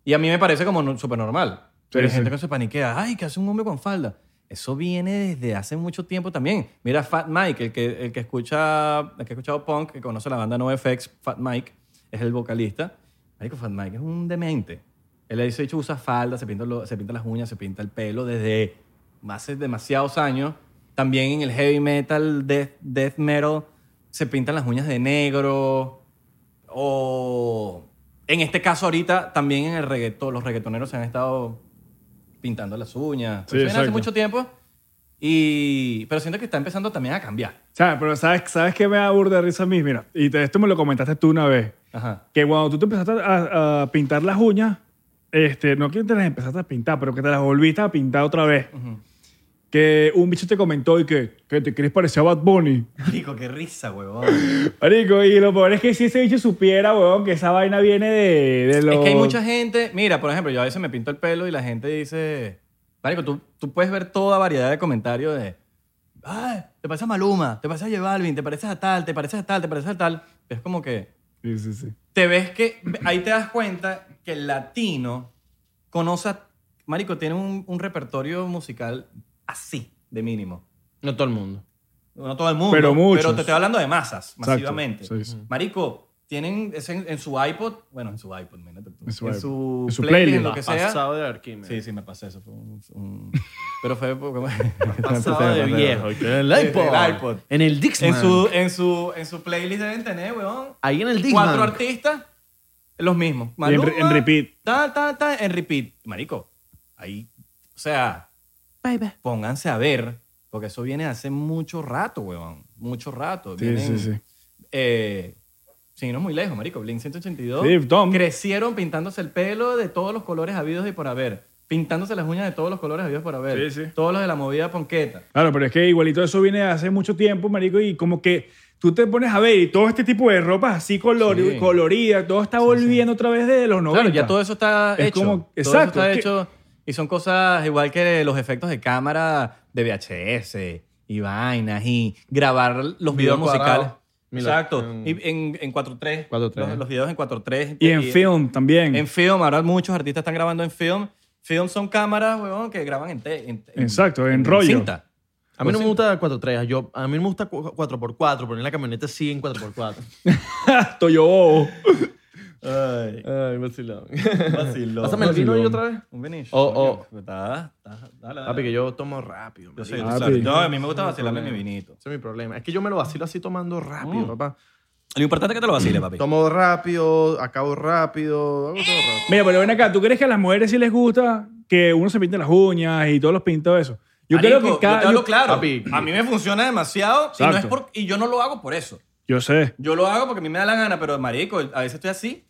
Y a mí me parece como no- súper normal. Pero hay
sí.
gente que se paniquea, ay, ¿qué hace un hombre con falda? Eso viene desde hace mucho tiempo también. Mira Fat Mike, el que, el que escucha, el que ha escuchado punk, que conoce la banda NoFX, Fat Mike, es el vocalista. Marico, Fat Mike es un demente. Él dice, hecho, usa falda, se pinta, lo- se pinta las uñas, se pinta el pelo desde hace demasiados años. También en el heavy metal, death, death metal, se pintan las uñas de negro. O en este caso ahorita también en el reggaetón, los reggaetoneros se han estado pintando las uñas.
Sí,
Eso viene hace
exacto.
mucho tiempo. Y, pero siento que está empezando también a cambiar.
O sea, pero ¿sabes, ¿sabes qué me da burda de risa a mí? Mira, y te- esto me lo comentaste tú una vez.
Ajá.
Que cuando tú te empezaste a, a pintar las uñas, este, no que te las empezaste a pintar, pero que te las volviste a pintar otra vez. Que un bicho te comentó y que, que te querés parecer a Bad Bunny.
Rico, qué risa, huevón.
Marico, y lo peor es que si ese bicho supiera, weón, que esa vaina viene de, de los...
Es que hay mucha gente. Mira, por ejemplo, yo a veces me pinto el pelo y la gente dice. Marico, tú, tú puedes ver toda variedad de comentarios de. Ay, te pareces a Maluma, te pareces a J Balvin, te pareces a tal, te pareces a tal, te pareces a tal. Es como que.
Sí, sí, sí.
Te ves que. Ahí te das cuenta que el latino conoce. a- Marico, tiene un, un repertorio musical así, de mínimo.
No todo el mundo.
No todo el mundo.
Pero muchos.
te estoy hablando de masas,
Exacto,
masivamente.
sí, sí.
Marico, tienen ese en, en su iPod, bueno, en su iPod, imagínate tú,
En su iPod.
su,
En su
playlist,
playlist.
en lo que sea.
Pasado de Arquímedes.
Sí, sí, me pasé eso. Fue un, un- pero fue porque...
Pasado de viejo. El
Sí, sí,
iPod.
el iPod.
En el Dixman.
En su, en, su, en su playlist deben tener, weón,
Ahí en el Dixman.
cuatro artistas, los mismos.
en re- en repeat.
Ta, ta, ta, en repeat. Marico, ahí, o sea, pónganse a ver, porque eso viene hace mucho rato, weón. Mucho rato.
Sí,
Vienen,
sí, sí.
Eh, sin irnos muy lejos, marico. Blink 182.
Sí, Tom.
Crecieron pintándose el pelo de todos los colores habidos y por haber. Pintándose las uñas de todos los colores habidos y por haber.
Sí, sí.
Todos los de la movida ponqueta.
Claro, pero es que igualito eso viene de hace mucho tiempo, marico, y como que tú te pones a ver y todo este tipo de ropas así color,
Sí.
coloridas, todo está volviendo otra vez de los 90.
Claro, ya todo eso está
Es
hecho.
como-
Todo eso
exacto,
está
es que-
hecho. Y son cosas igual que los efectos de cámara de VHS y vainas y grabar los
Video
videos
cuadrado.
musicales.
Mira,
Exacto.
en-
Y en, en 4.3.
4:3,
Los,
eh.
los videos en 4.3.
Y en film también.
En film, ahora muchos artistas están grabando en film. Film son cámaras, huevón, que graban en, te- en- en-
Exacto, en rollo.
cinta.
A
Pues
mí no me gusta 4x3. Yo, a mí me gusta cu- 4x4. Poner la camioneta sí en 4x4.
Toyo Bobo.
Ay,
Ay, vacilón.
vacilón.
Pásame el vino y otra vez.
Un vinillo.
O-
Está- está- dale, dale.
Papi, que yo tomo rápido.
Yo
marico.
sé,
Ese
tú
Papi.
sabes. No, a mí me gusta vacilarme mi
problema.
vinito.
es mi problema. Es que yo me lo vacilo así tomando rápido, papá.
Mm. Lo importante es que te lo vacile, papi.
Tomo rápido, acabo rápido, hago todo rápido.
Mira, pero ven acá, ¿tú crees que a las mujeres sí les gusta que uno se pinte las uñas y todos los pintados eso? Yo
Marico,
creo que
yo
cada...
te hablo
yo-
claro.
Papi.
A mí me funciona demasiado y, no es
Exacto.
por- y yo no lo hago por eso.
yo sé.
Yo lo hago porque a mí me da la gana, pero marico, a veces estoy así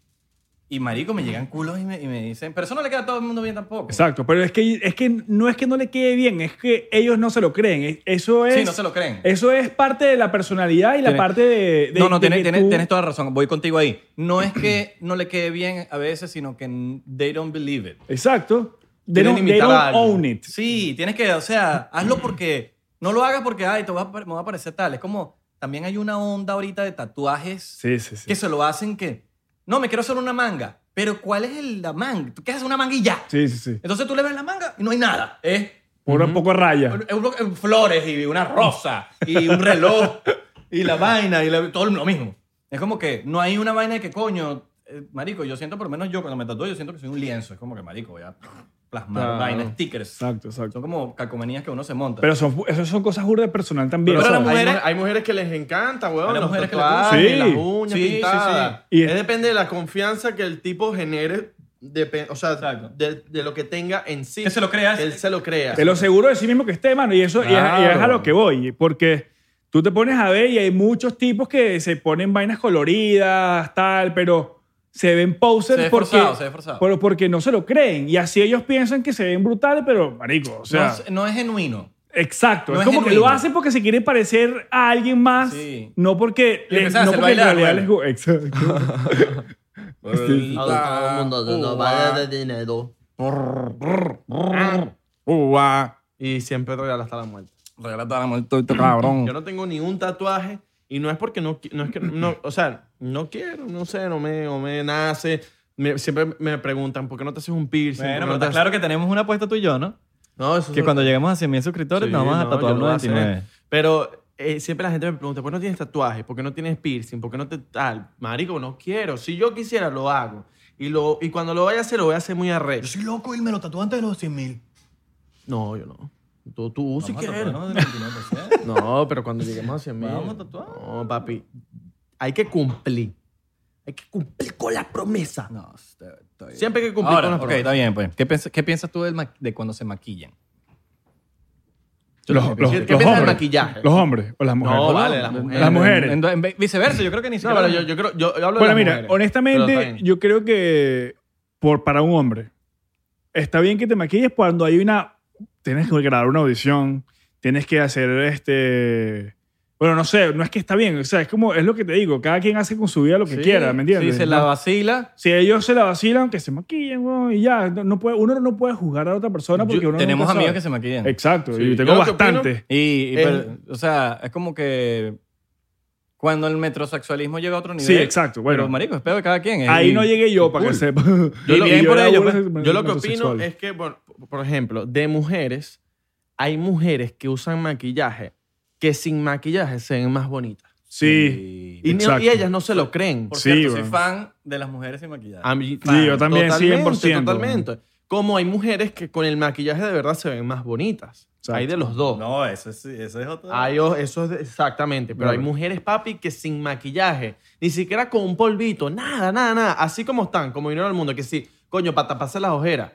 y marico me llegan culos y me, y me dicen, pero eso no le queda a todo el mundo bien tampoco.
Exacto, pero es que, es que no es que no le quede bien, es que ellos no se lo creen. Es- Eso es,
Sí, no se lo creen.
Eso es parte de la personalidad y la
Tiene-
parte de... de-
no, no,
de
tienes,
que
tienes-
tú-
tienes toda la razón. Voy contigo ahí. No es que no le quede bien a veces, sino que n- they don't believe it.
Exacto. They
Quieren
don't, they
imitar
don't
a alguien.
own it.
Sí, tienes que, o sea, hazlo porque no lo hagas porque, ay, te va a pare- me va a parecer tal. Es como, también hay una onda ahorita de tatuajes
Sí, sí, sí.
que se lo hacen que, no, me quiero hacer una manga, pero ¿cuál es el- la manga? ¿Tú quieres hacer una manga y ya?
Sí, sí, sí.
Entonces tú le ves la manga y no hay nada. Es
Por un poco raya.
un- un- un- flores y una rosa y un reloj y la vaina y la- todo lo mismo. Es como que no hay una vaina de que coño, eh, marico, yo siento, por lo menos yo cuando me tatúo, yo siento que soy un lienzo. Es como que, marico, voy a plasmar
Claro.
vainas, stickers.
Exacto, exacto.
Son como calcomanías que uno se monta.
Pero son, eso son cosas burdas de personal también.
Pero
o sea,
las
Hay
mujeres-
mu- hay mujeres que les encanta, weón.
Hay
Los
mujeres que les
tatuajes,
gusta. Sí.
las uñas
Sí, sí,
pintadas.
sí.
Y-
Es depende de la confianza que el tipo genere, depe- o sea,
Exacto.
de, de lo que tenga en sí.
Que se lo crea.
Que él se lo crea.
Te lo seguro de sí mismo que esté, mano. Y eso y es- y es, a
Claro.
lo que voy. Porque tú te pones a ver y hay muchos tipos que se ponen vainas coloridas, tal, pero se ven posers
Se ve
porque,
forzado, se ve forzado.
pero porque no se lo creen. Y así ellos piensan que se ven brutales, pero marico, o sea,
no, es, no es genuino.
exacto.
no
es
es
como que
genuino.
lo hacen porque se quieren parecer a alguien más,
Sí.
no porque,
Y
le-
empezar a
no
hacer
porque en
bailar,
realidad les
bueno.
gu- Exacto. Sí.
A todo el mundo de no vaya de dinero. Y siempre regala hasta la muerte.
Regala toda la muerte, cabrón.
Yo no tengo ni un tatuaje y no es porque no, qui- no es que no, o sea, no quiero, no sé, no me, no me nace. Me- siempre me preguntan, ¿por qué no te haces un piercing? ¿Por qué
Bueno, pero
no te
está
haces-"
claro que tenemos una apuesta tú y yo, ¿no?
No, eso
Que
es-
cuando lleguemos a 100 mil suscriptores
Sí,
nos vamos a
no,
tatuar
yo lo voy a hacer.
99.
Pero eh, siempre la gente me pregunta, ¿por qué no tienes tatuajes? ¿Por qué no tienes piercing? ¿Por qué no te tal? Marico, no quiero. Si yo quisiera, lo hago. Y, lo, y cuando lo vaya a hacer, lo voy a hacer muy
Yo
arrecho.
soy loco y me lo tatué antes de los 100 mil.
No, yo no. Tú, tú si quieres.
Vamos a tatuarnos en 29%.
No, pero cuando lleguemos a 100 mil.
Vamos a tatuar.
No, papi. Hay que cumplir. Hay que cumplir con la promesa.
No, está- está bien.
Siempre hay que cumplir con
Ahora,
la
ok,
promesa.
está bien, pues. ¿Qué, piensas- qué piensas tú del ma- de cuando se maquillan?
Los, los-
¿Qué
los
piensas del
hombres.
maquillaje?
Los hombres o las mujeres.
No, vale, las mujeres.
Las mujeres.
En- en- en- viceversa, yo creo que ni
No,
siquiera.
pero yo, yo creo. Yo, yo hablo
Bueno,
de las
mira,
mujeres. Pero está
honestamente,
bien.
yo creo que por, para un hombre está bien que te maquilles cuando hay una. Tienes que grabar una audición, tienes que hacer este. Bueno, no sé, no es que está bien, o sea, es como, es lo que te digo, cada quien hace con su vida lo que
Sí,
quiera, ¿me entiendes?
Si se la
No-
vacila,
si ellos se la vacilan, que se maquillen, weón, y ya, no, no puede, uno no puede juzgar a otra persona porque
yo-
uno
tenemos
nunca
amigos
sabe.
que se maquillan.
Exacto,
Sí,
y
yo
tengo
lo que opino-
bastante.
Y, y,
Eh.
pero, o sea, es como que cuando el metrosexualismo llega a otro nivel.
Sí, exacto, bueno.
Pero, marico, es pedo de cada quien. es-
Ahí
y-
no llegué yo,
y
para
cool.
que sepa.
Yo lo- bien por
era
ello,
uno
pues.
de esos
Yo lo que opino
homosexuales.
es que, bueno, por ejemplo, de mujeres, hay mujeres que usan maquillaje que sin maquillaje se ven más bonitas.
Sí,
Y, no-
Exacto.
y ellas no se lo creen.
Por
Sí,
cierto, soy
weón.
fan de las mujeres sin maquillaje.
A mí-
Sí, yo también,
totalmente,
100%.
Totalmente. Como hay mujeres que con el maquillaje de verdad se ven más bonitas.
Exacto.
Hay de los dos.
No, eso es, eso es otro.
Hay o- eso es de- exactamente. Pero hay
Claro.
mujeres, papi, que sin maquillaje, ni siquiera con un polvito, nada, nada, nada. Así como están, como vinieron al mundo, que sí, coño, para taparse las ojeras.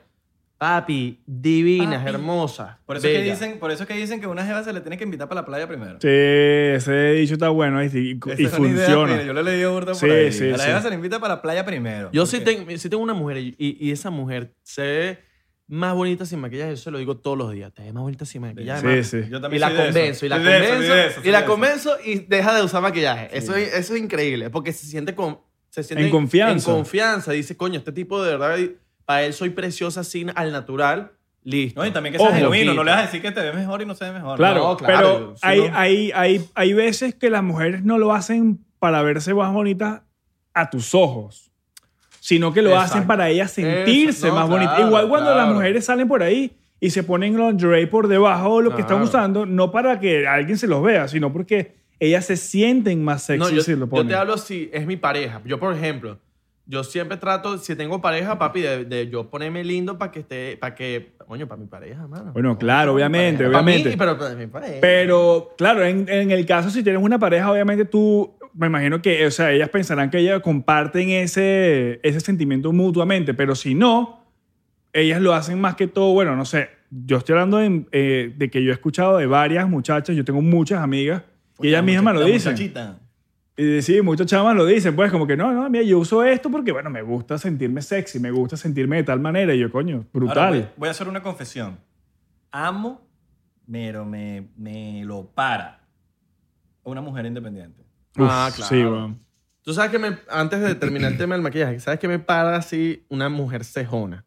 Papi, divinas,
Papi.
hermosas.
por, eso es que
bellas.
dicen, por eso es que dicen que una jeva se le tiene que invitar para la playa primero.
Sí, ese dicho está bueno ¿viste? y,
Esa
y
es una idea,
funciona.
mira, yo lo he leído burda por
Sí,
ahí.
sí,
A la
sí.
jeva se le invita para la playa primero.
Yo
¿Por
sí,
qué?
tengo- sí tengo una mujer y, y esa mujer se ve más bonita sin maquillaje. Yo se lo digo todos los días. Te ves más bonita sin maquillaje.
Sí,
ma.
sí.
Yo
Y
también
la
soy de eso.
convenzo, y la
Soy de eso, soy
convenzo,
de eso, soy
y la
de eso.
convenzo y deja de usar maquillaje. Eso, es, eso es increíble, porque se siente con, se siente
En confianza.
En confianza. Dice, coño, este tipo de verdad, para él soy preciosa sin al natural. Listo.
No, y también que
Ojo,
seas genuino.
quita.
No le vas a decir que te ves mejor y no se ve mejor.
Claro,
No, claro,
pero
si
hay,
no-
hay, hay, hay veces que las mujeres no lo hacen para verse más bonitas a tus ojos, sino que lo hacen
Exacto.
para ellas sentirse
Eso, no,
más bonitas.
claro,
Igual cuando
claro.
las mujeres salen por ahí y se ponen lingerie por debajo de lo que están
Claro.
usando, no para que alguien se los vea, sino porque ellas se sienten más sexy
No, yo,
si lo
yo
ponen.
te hablo si es mi pareja. Yo, por ejemplo, yo siempre trato, si tengo pareja, papi, de, de yo ponerme lindo para que esté, para que, coño, para mi pareja, mano.
Bueno, claro, obviamente,
Para mí,
obviamente.
pero para mi pareja.
Pero, claro, en, en el caso si tienes una pareja, obviamente tú, me imagino que, o sea, ellas pensarán que ellas comparten ese, ese sentimiento mutuamente, pero si no, ellas lo hacen más que todo, bueno, no sé, yo estoy hablando en, eh, de que yo he escuchado de varias muchachas, yo tengo muchas amigas, y ellas
La
mismas
mucha-
lo
la
dicen.
muchachita.
Y sí, muchas chamas lo dicen, pues como que no, no, mira, yo uso esto porque, bueno, me gusta sentirme sexy, me gusta sentirme de tal manera, y yo, coño, brutal.
Ahora, voy, voy a hacer una confesión. Amo, pero me, me lo para una mujer independiente.
Uf,
Ah, claro.
Sí, weón.
Tú sabes que me, antes de terminar el tema del maquillaje, ¿sabes que me para así una mujer cejona?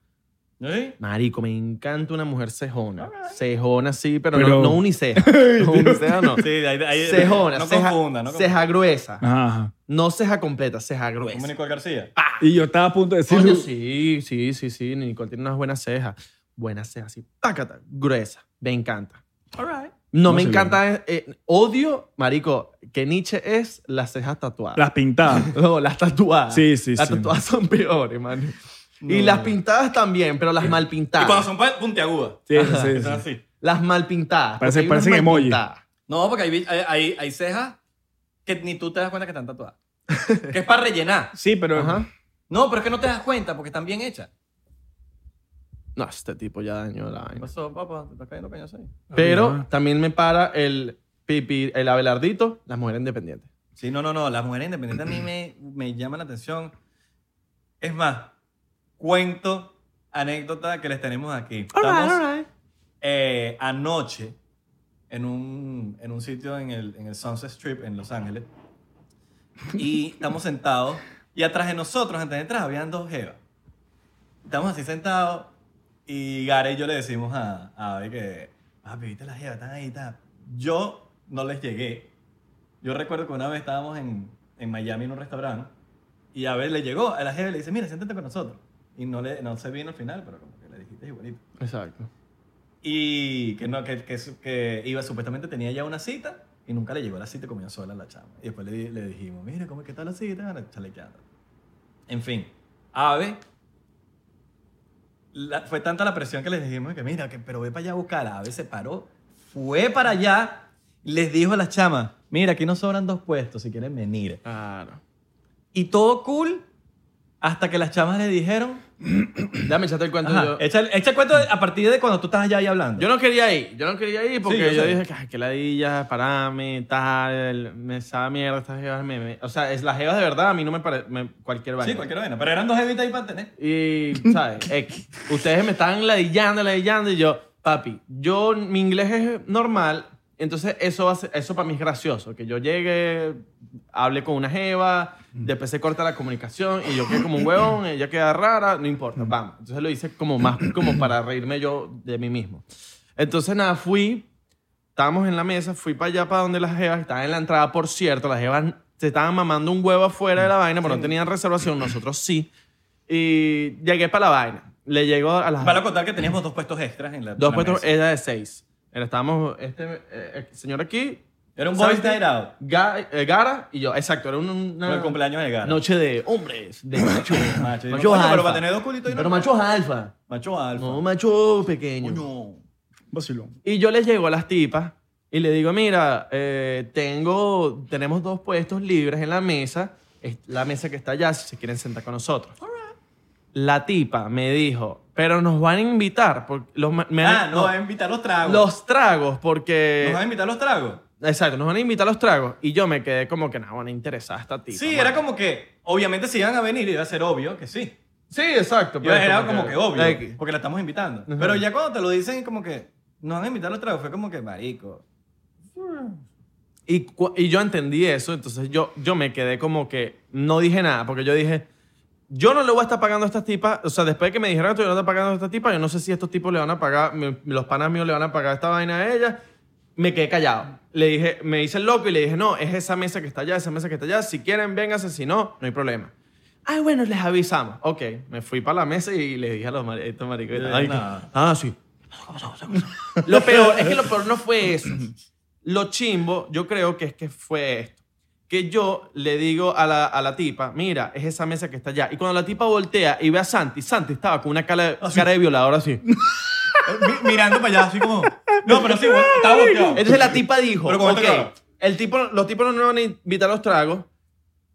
¿Sí?
Marico, me encanta una mujer cejona. Cejona, sí, pero,
Pero-
no, no uniceja. No, uniceja no.
Sí, ahí- ahí-
Cejona,
no
ceja,
confunda, no confunda.
ceja gruesa.
Ajá, ajá.
No ceja completa, ceja gruesa.
Como Nicole García.
Y yo estaba a punto de decir,
Coño, sí, sí, sí, sí. Nicole tiene unas buenas cejas. Buenas cejas, sí. Tácata, gruesa. Me encanta. No,
No,
me
sí,
encanta. eh, odio, marico, que Nietzsche es las cejas tatuadas.
las pintadas.
No, las tatuadas.
Sí, sí,
Las
sí.
tatuadas son peores, man. Y las pintadas también, pero las mal
Y cuando
pintadas.
son pa- puntiagudas.
Sí, sí,
que
sí.
son así.
Las mal pintadas.
Parece-
porque hay unas
parecen
mal
emoji.
pintadas.
No, porque hay, bi- hay, hay- hay cejas que ni tú te das cuenta que están tatuadas. que es para rellenar.
Sí, pero
Ajá.
No, pero es que no te das cuenta porque están bien hechas.
No, este tipo ya dañó la
¿Qué
vaina.
pasó, papá? ¿Te estás cayendo peñazo ahí?
Pero
Ajá.
también me para el pipi, el abelardito, las mujeres independientes.
Sí, no, no, no. Las mujeres independientes a mí me, me llaman la atención. Es más, cuento anécdota que les tenemos aquí. Estamos eh, anoche en un, en un sitio en el, en el Sunset Strip en Los Ángeles y estamos sentados y atrás de nosotros, antes de entrar, habían dos jevas. Estamos así sentados y Gary y yo le decimos a, a Abby que, papi, viste las jevas, están ahí, tal. Yo no les llegué. Yo recuerdo que una vez estábamos en, en Miami en un restaurante y a ver le llegó a la jeva y le dice, mira, siéntate con nosotros. Y no, le, no se vino al final, pero como que le dijiste igualito.
Exacto.
Y que, no, que, que, su- que iba, supuestamente tenía ya una cita y nunca le llegó la cita y comió sola la chama. Y después le, di- le dijimos, mira, ¿cómo es que está la cita? Bueno, chalequeando. En fin, Ave, la- fue tanta la presión que le dijimos que mira, que, pero ve para allá a buscar. Ave se paró fue para allá, les dijo a las chamas, mira, aquí nos sobran dos puestos, si quieren venir.
Claro.
Y todo cool, hasta que las chamas le dijeron,
Déjame echarte el cuento
ajá,
yo.
echa, el- echa el cuento a partir de cuando tú estás allá ahí hablando.
Yo no quería ir, yo no quería ir porque
Sí,
yo,
yo sé.
dije "Ay, que ladilla, parame, tal, me esa mierda, estas jevas me, me-". O sea, es, las jevas de verdad a mí no me parece cualquier vaina.
sí, cualquier vaina, pero eran dos evitas ahí para tener.
Y, ¿sabes? X. ustedes me estaban ladillando, ladillando, y yo, papi, yo, mi inglés es normal, entonces eso, va a ser- eso para mí es gracioso, que yo llegue, hable con una jeva, después se corta la comunicación, y yo quedo como un huevón, ella queda rara, no importa, vamos. Entonces lo hice como más, como para reírme yo de mí mismo. Entonces, nada, fui, estábamos en la mesa, fui para allá, para donde las jevas, estaban en la entrada, por cierto, las jevas se estaban mamando un huevo afuera de la vaina, pero no tenían reservación, nosotros sí. Y llegué para la vaina. Le llegó a las
Para contar que teníamos dos puestos extras en la
Ah. dos
la
puestos,
mesa.
era de seis. Era- Estábamos, este eh, eh, señor aquí,
Era un boys
¿sabes?
night out.
Ga- eh, Gara y yo, exacto, era un-
Fue
una
el cumpleaños de Gara.
noche de hombres, de machos.
Macho,
machos
pero
alfa.
para tener dos culitos y no-
Pero machos alfa.
Macho alfa.
No, macho pequeño.
Coño.
Vacilón.
Y yo les llego a las tipas y le digo, mira, eh, tengo, tenemos dos puestos libres en la mesa. Es la mesa que está allá, si se quieren sentar con nosotros. La tipa me dijo, pero nos van a invitar. Porque los, ma- me
ah,
van-
nos va a invitar los tragos.
los eh, tragos, porque...
Nos va a invitar los tragos.
Exacto, nos van a invitar los tragos. Y yo me quedé como que, no, van a interesar a esta tipa.
Sí,
mano".
era como que, obviamente, si iban a venir, iba a ser obvio que sí.
Sí, exacto. pero
Iba- Era como que
X.
obvio, porque la estamos invitando. Pero ya cuando te lo dicen, como que nos van a invitar los tragos, fue como que, marico.
Y, cu- y yo entendí eso, entonces yo, yo me quedé como que no dije nada, porque yo dije, yo no le voy a estar pagando a estas tipas, o sea, después de que me dijeron que yo no estoy pagando a estas tipas, yo no sé si estos tipos le van a pagar, me- los panas míos le van a pagar esta vaina a ellas, me quedé callado. Le dije, me hice el loco y le dije, no, es esa mesa que está allá, esa mesa que está allá, si quieren, vénganse, si no, no hay problema. Ay, bueno, les avisamos. Ok, me fui para la mesa y le dije a los mar- estos maricos. ay, que-
nada.
Ah, sí. Lo peor, es que lo peor no fue eso. Lo chimbo, yo creo que es que fue esto. Que yo le digo a la, a la tipa, mira, es esa mesa que está allá. Y cuando la tipa voltea y ve a Santi, Santi estaba con una cara,
Ah,
cara de violador así.
eh, Mi- mirando para allá, así como. No, pero sí, bueno, estaba volteado.
Entonces la tipa dijo,
Pero con
ok,
otra cara.
el tipo, los tipos no nos van a invitar a los tragos.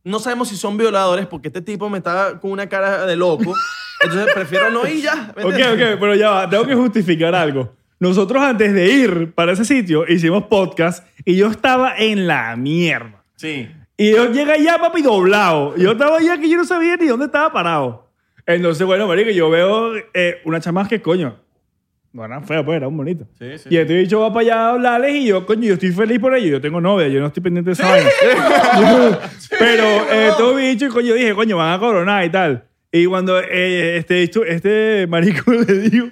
No sabemos si son violadores porque este tipo me estaba con una cara de loco. Entonces prefiero no ir ya. ¿me
Ok,
entiendes?
ok, pero ya va. Tengo que justificar algo. Nosotros antes de ir para ese sitio hicimos podcast y yo estaba en la mierda.
Sí.
Y yo llegué allá, papi, doblado. Yo estaba allá que yo no sabía ni dónde estaba parado. Entonces, bueno, marico, yo veo eh, una chama que, coño, no era fea, pues, era un bonito.
Sí, sí.
Y este bicho va para allá a hablarles y yo, coño, yo estoy feliz por ello. Yo tengo novia, yo no estoy pendiente de esa vaina. Pero eh, estos bichos, coño, dije, coño, van a coronar y tal. Y cuando eh, este, bicho- este marico le dijo,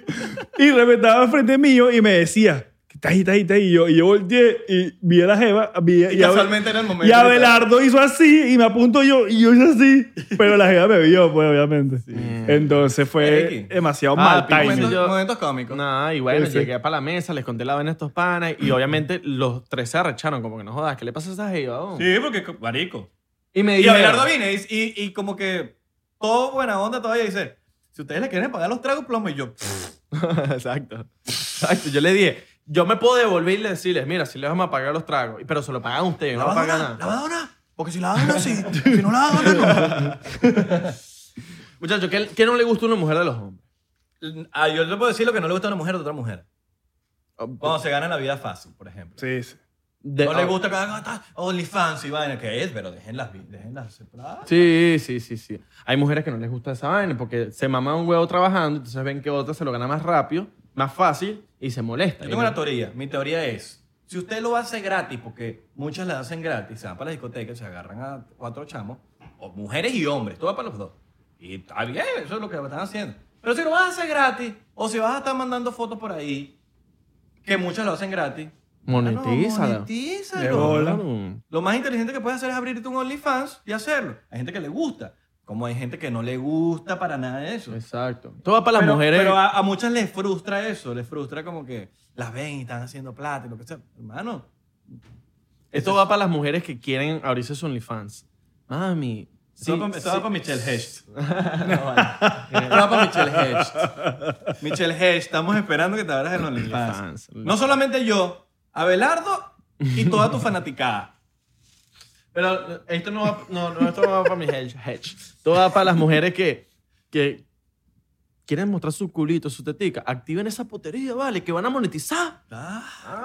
y reventaba frente mío y me decía, que está ahí, está ahí, está ahí. Y yo, y yo volteé y vi a la jeva. Vi, a-
Y
a-
casualmente era el momento
Y
de-
Abelardo hizo así y me apunto yo y yo hice así. Pero la jeva me vio, pues, obviamente. Entonces fue
X.
demasiado
Ah,
mal
pico,
timing.
Momentos,
yo-
momentos cómicos.
Nada, y bueno,
Sí, sí.
llegué para la mesa, les conté la vaina a estos panas y obviamente los tres se arrecharon, como que no jodas, ¿qué le pasa a esa jeva? don?
Sí, porque, co- marico.
Y me
Y
dijeron,
Abelardo viene y, y, y como que todo buena onda todavía dice, si ustedes le quieren pagar los tragos, plomo. Y yo,
exacto, exacto, yo le dije, yo me puedo devolver y decirles, mira, si les vamos a pagar los tragos, y- pero se lo pagan ustedes,
¿La
no
vas a
pagan
donar? ¿La
nada.
vas a donar? Porque si la donas, sí. Si no la donas, no.
Muchachos, ¿qué, qué no le gusta a una mujer de los hombres?
ah, yo le puedo decir lo que no le gusta a una mujer de otra mujer. Cuando se gana la vida fácil, por ejemplo.
Sí, sí.
De-
no le gusta que hagan Ah, pues. ah, OnlyFans y vaina, que es, pero déjenlas, vi- déjenlas separadas.
Sí, sí, sí, sí. Hay mujeres que no les gusta esa vaina porque se mama un huevo trabajando, entonces ven que otra se lo gana más rápido, más fácil y se molesta.
Yo tengo una teoría. Mi teoría es, si usted lo hace gratis, porque muchas las hacen gratis, se van para la discoteca, se agarran a cuatro chamos, o mujeres y hombres, todo va para los dos. Y está bien, eso es lo que están haciendo. Pero si lo vas a hacer gratis, o si vas a estar mandando fotos por ahí, que muchas lo hacen gratis, ah, no,
Monetízala.
monetízalo.
De bola.
Lo más inteligente que puedes hacer es abrirte un OnlyFans y hacerlo. Hay gente que le gusta, como hay gente que no le gusta para nada eso.
Exacto. Todo va para las
pero,
mujeres.
pero ah, a, a muchas les frustra eso, les frustra como que las ven y están haciendo plata y lo que sea. Hermano,
Esto va para las mujeres que quieren abrirse su OnlyFans. Mami.
esto
sí,
va para
sí.
Michelle Hedges. no, vale. Esto va para Michelle Hedges. Michelle Hedges, estamos esperando que te abras el OnlyFans.
OnlyFans.
No solamente yo, Abelardo y toda tu fanaticada.
Pero esto no va, no, no, esto no va para mis hedge, hedge. Esto va para las mujeres que, que quieren mostrar su culito, su tetica. Activen esa potería, vale, que van a monetizar.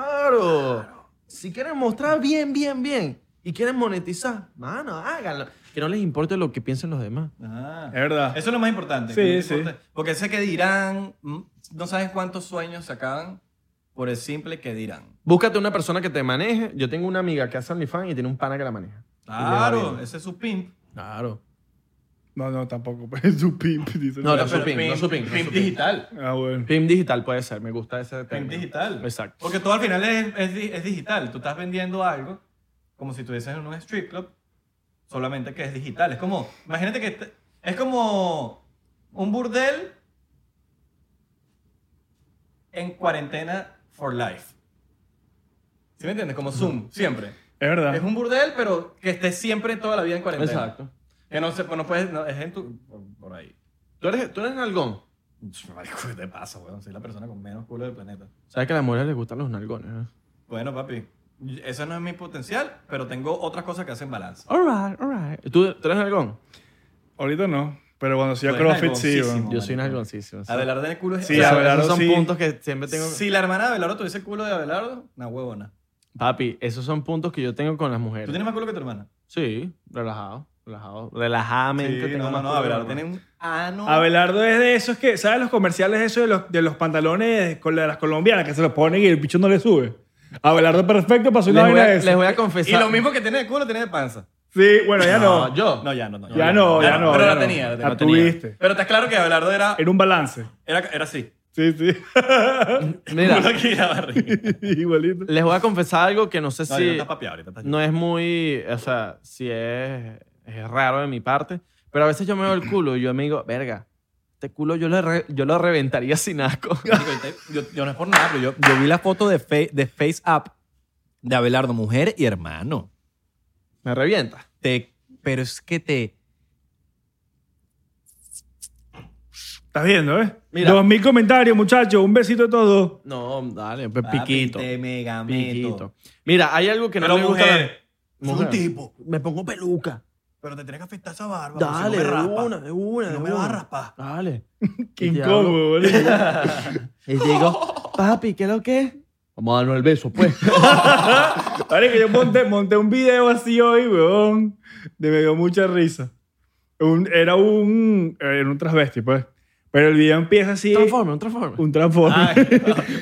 Claro. Si quieren mostrar bien, bien, bien y quieren monetizar, mano, háganlo. Que no les importe lo que piensen los demás.
Ah.
Eh,
Es verdad.
Eso es lo más importante.
Sí,
que no
sí.
importa. Porque sé que dirán, mm, no sabes cuántos sueños se acaban por el simple que dirán.
Búscate una persona que te maneje. Yo tengo una amiga que hace OnlyFans y tiene un pana que la maneja. Y le va
Claro,
bien.
ese es su pimp.
Claro.
No, no, tampoco. pues, Es su pimp, dice.
No, no,
Pero
su pimp, no su pimp, no su
pimp
pimp.
digital.
Ah, bueno.
Pimp digital puede ser, me gusta ese
Pimp
término.
digital.
Exacto.
Porque todo al final es, es di- es digital. Tú estás vendiendo algo como si estuvieses en un strip club, solamente que es digital. Es como, imagínate que te- es como un burdel en cuarentena for life. ¿Sí me entiendes? Como Zoom, siempre.
Es verdad.
Es un burdel, pero que esté siempre toda la vida en cuarentena.
Exacto.
Que no se, pues, no puedes, no, es en tu, por, por ahí.
¿Tú eres, tú eres nalgón.
Marico, ¿qué te pasa, weón? Soy la persona con menos culo del planeta.
Sabes que a las mujeres les gustan los nalgones, ¿eh?
Bueno, papi, ese no es mi potencial, pero tengo otras cosas que hacen balance.
Alright, alright. ¿Tú, tú eres nalgón?
Ahorita no. Pero cuando hacía
Tú eres
CrossFit, sí.
nalgoncísimo.
bueno.
Yo
Yo
soy
soy nalgoncísimo.
Abelardo en el culo es...
Sí,
o sea,
Abelardo.
Esos son
sí.
puntos que siempre tengo.
Si la hermana de Abelardo tuviese culo de Abelardo, una huevona.
Papi, esos son puntos que yo tengo con las
¿Tú
mujeres.
tienes más culo que tu hermana?
Sí, relajado. Relajado. Relajadamente tengo
no, no,
más
no,
culo que
Abelardo
la
tiene
mano.
un ano...
Abelardo es de esos que, ¿sabes los comerciales esos de los, de los pantalones con la- de las colombianas que se los ponen y el bicho no le sube? Abelardo perfecto pasó una
Les voy,
vaina
a,
de
les
eso.
voy a confesar.
Y lo mismo que tiene de culo, tiene de panza.
Sí, bueno, ya no.
Yo.
No, ya no, no. Ah,
ya no, ya no.
Pero
ya
la
no. Ah,
tenía, la tenía.
La tuviste.
Pero está claro que Abelardo era,
Era un balance.
era, era así.
Sí, sí.
Mira,
Culo aquí y la barriga.
Igualito.
les voy a confesar algo que no sé
No, ya no
si.
está papeado ahorita. Está
no es muy, o sea, si es, es raro de mi parte, pero a veces yo me veo el culo y yo me digo, verga, este culo yo lo, re- yo lo reventaría sin asco.
Marico, ahorita- yo, yo no es por nada, pero yo, yo vi la foto de, Fa- de Face Up de Abelardo, mujer y hermano.
Me revienta.
Te, pero es que te...
Estás viendo, ¿eh?
Mira.
Dos mil comentarios, muchachos. Un besito a todos.
No, dale, pues piquito.
Papi, te mega meto.
Piquito. Mira, hay algo que no
Pero
me gusta.
mujer,
Soy
Mujer.
un tipo,
Me pongo peluca.
pero te tienes que afectar esa barba. porque
Dale,
si no me
de
raspa.
una, de una.
No
de
me vas
una.
a raspar.
Dale.
Qué
Y te hablo.
incómodo, boludo.
Y digo, papi, ¿qué es lo que es? Vamos a darnos el beso, pues.
Vale, que yo monté, monté un video así hoy, weón. De me dio mucha risa. Un- era un. Era un transvesti, pues. Pero el video empieza así.
Transforme, un transforme.
Un transforme.
Ah,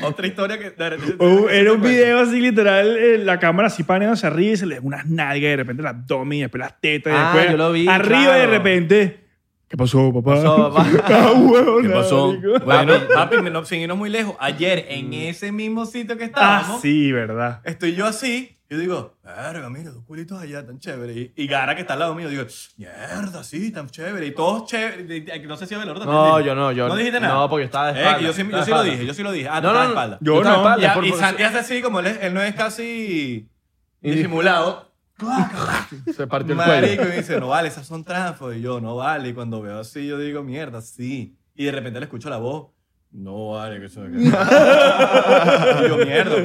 otra historia que...
Oh,
Un- era un video así, literal. eh, la cámara así paneándose arriba y se le unas nalgas y de repente el abdomen y después las tetas. Y
Ah,
después
yo lo vi,
Arriba y de
claro.
repente. ¿Qué pasó, papá?
pasó, papá?
Ah, huevón,
¿Qué pasó?
marico.
Bueno, papi, me- no, sin irnos muy lejos, ayer
Mm.
en ese mismo sitio que
Ah,
estábamos,
sí, verdad.
estoy yo así, yo digo, verga, mira, dos culitos allá tan chévere. Y, y Gara, que está al lado mío, digo, mierda, sí, tan chévere. Y todos chévere. No sé si Abelardo también
No,
dijo.
yo no, yo
¿No dijiste nada?
no, porque estaba de espalda,
Eh, que yo sí, yo
estaba de
sí lo
espalda.
dije, yo sí lo dije. Ah,
No, no,
no, no,
no.
espalda.
Yo
estaba de
no.
espalda,
Ya,
por-
y
por-
Santi hace así, como él, es- él no es casi
Y-
disimulado.
Se partió el cuello.
Marico, y me dice, no vale, esas son trampas. Y yo, no vale. Y cuando veo así, yo digo, mierda, sí. Y de repente le escucho la voz, no vale, que eso que-". Y yo, mierda,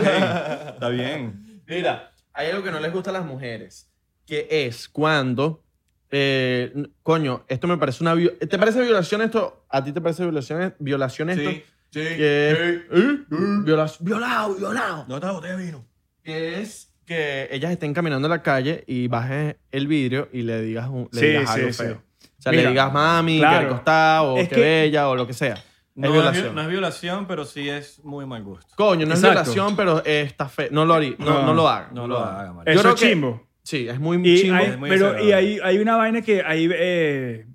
ok, está bien.
Mira, hay algo que no les gusta a las mujeres, que es cuando, eh, n- coño, esto me parece una... vi- ¿Te parece violación esto? ¿A ti te parece violación, e-, violación esto?
Sí, sí,
Que- ¿eh?
sí.
Viola- violado, violado.
No te botella de vino.
Que es que ellas estén caminando en la calle y bajes el vidrio y le digas, un- le
Sí,
digas
sí,
algo
sí.
feo. O sea, le
Mira,
digas mami,
claro.
que rico está, o
Es
que,
que-
bella, o lo que sea.
No
es violación.
no es violación, pero sí es muy mal gusto.
Coño, no
Exacto.
es violación, pero eh, está feo. No lo haría. No,
No,
no lo haga.
No lo haga, marico.
Yo
Eso
creo
es
que-
chimbo.
Sí, es muy
Y
chimbo.
hay-
es muy
pero y
desagradable.
hay, hay una vaina que hay, eh,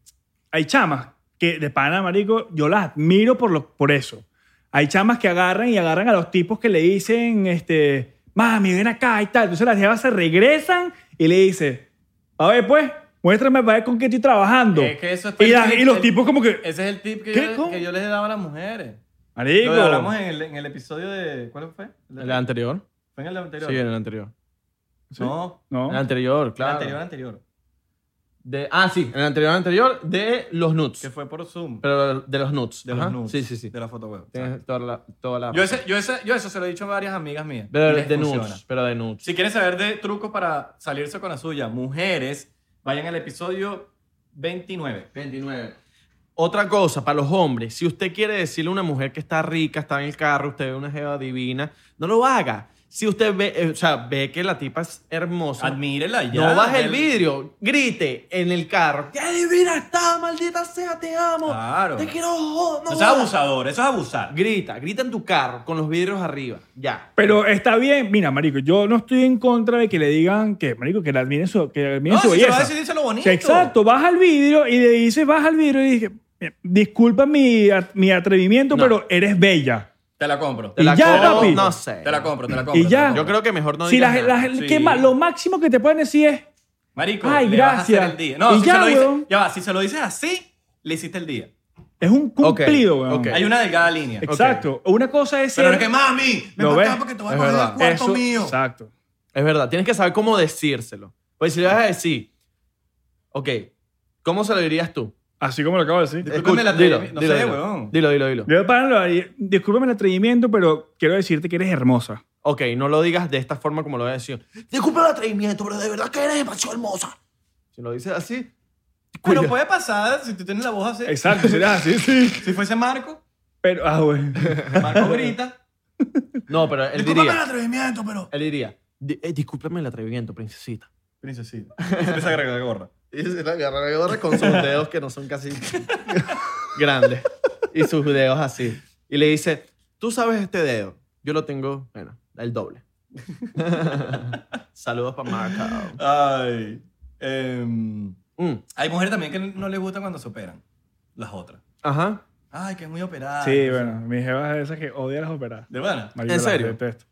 hay chamas que de pana, marico, yo las admiro por, lo, por eso. Hay chamas que agarran y agarran a los tipos que le dicen, este, mami, ven acá y tal. Entonces las llevas se regresan y le dice, a ver, pues, muéstrame para ver con qué estoy trabajando.
Es Eh, que eso es
y, la-
el-
y los
el-
tipos como que,
Ese es el tip que,
¿Qué?
yo,
¿Cómo?
que yo les he dado a las mujeres.
marico,
Lo que hablamos en el, en el episodio de... ¿Cuál fue?
¿El anterior?
¿Fue en el anterior?
Sí, en el anterior.
No,
no,
El anterior,
el
claro.
anterior, anterior.
De, ah, sí, en el anterior anterior, de los
Que
nuts.
fue por Zoom.
Pero de los nuts.
De
ajá.
los nudes.
Sí, sí, sí.
De la foto web. Ah.
Tienes toda la... Toda la
Yo, ese- yo, ese- yo eso se lo he dicho a varias amigas mías.
pero
Y
de,
les
nudes.
funciona.
Pero de nudes.
Si quieren saber de trucos para salirse con la suya, mujeres, vayan al episodio 29.
29. Otra cosa, para los hombres, si usted quiere decirle a una mujer que está rica, está en el carro, usted ve una jeva divina, no lo haga. Si usted ve, eh, o sea, ve que la tipa es hermosa,
Admírela y ya.
no baje el
Del-
vidrio, grite en el carro. ¡Qué divina está, maldita sea, te amo!
Claro.
¡Te quiero joder!
Eso es abusador, eso es abusar.
Grita, grita en tu carro, con los vidrios arriba, ya.
Pero está bien, mira, marico, yo no estoy en contra de que le digan que, marico, que le admiren su, que le admiren
No, si se
su
lo
belleza.
va a decir, díselo bonito.
Sí, Exacto, baja al vidrio y le dices, baja al vidrio y dije, disculpa mi, at- mi atrevimiento,
No.
pero eres bella.
Te la compro.
Te
Y
la
ya,
compro,
papi.
No sé.
Te la compro, te la compro.
Eh, Y ya.
Yo creo que mejor no
si
digas
la,
nada.
la-
sí.
¿qué más? lo máximo que te pueden decir es,
Marico,
Ay,
le vas a hacer
gracias.
el día. No,
Y
si
ya,
se lo dices,
weón.
ya va, si se lo dices así, le hiciste el día.
es un
Ok,
cumplido, weón.
ok.
Hay una delgada línea.
Exacto. Una cosa es
Pero
ser-
es que, mami, me
¿Lo ves?
acá porque te voy a
Es
coger el
verdad.
cuarto
Eso-
mío.
Exacto.
Es verdad, tienes que saber cómo decírselo. Pues si le vas a decir, ok, ¿cómo se lo dirías tú?
Así como lo acabo de decir.
Discúlpame la
Escu- dilo,
atrevi- no
dilo,
sé,
dilo.
weón.
Dilo, dilo, dilo.
Yo, para, lo haría- discúlpame el atrevimiento, pero quiero decirte que eres hermosa.
Ok, no lo digas de esta forma como lo voy a decir.
Disculpa el atrevimiento, pero de verdad que eres demasiado hermosa.
Si lo dices así,
Pero
cuida.
puede pasar si tú tienes la voz así.
Exacto, será así, sí.
Si fuese Marco,
Pero, ah, güey.
Marco grita.
No, pero él
Disculpa el
diría,
atrevimiento, pero...
él diría, "Di- eh, discúlpame el atrevimiento, princesita.
Princesita. Empieza a agregar gorra.
Y se la agarra la gorra con sus dedos que no son casi grandes. Y sus dedos así. Y le dice, tú sabes este dedo. Yo lo tengo, bueno, el doble. Saludos para Marca.
Ay. em,
Mm,
hay mujeres también que no les gusta cuando se operan. Las otras.
Ajá.
Ay, que es muy operada.
Sí, bueno, mi jeva es esa que odia las operadas.
De buena.
Marico,
¿En
las
serio?
detesto.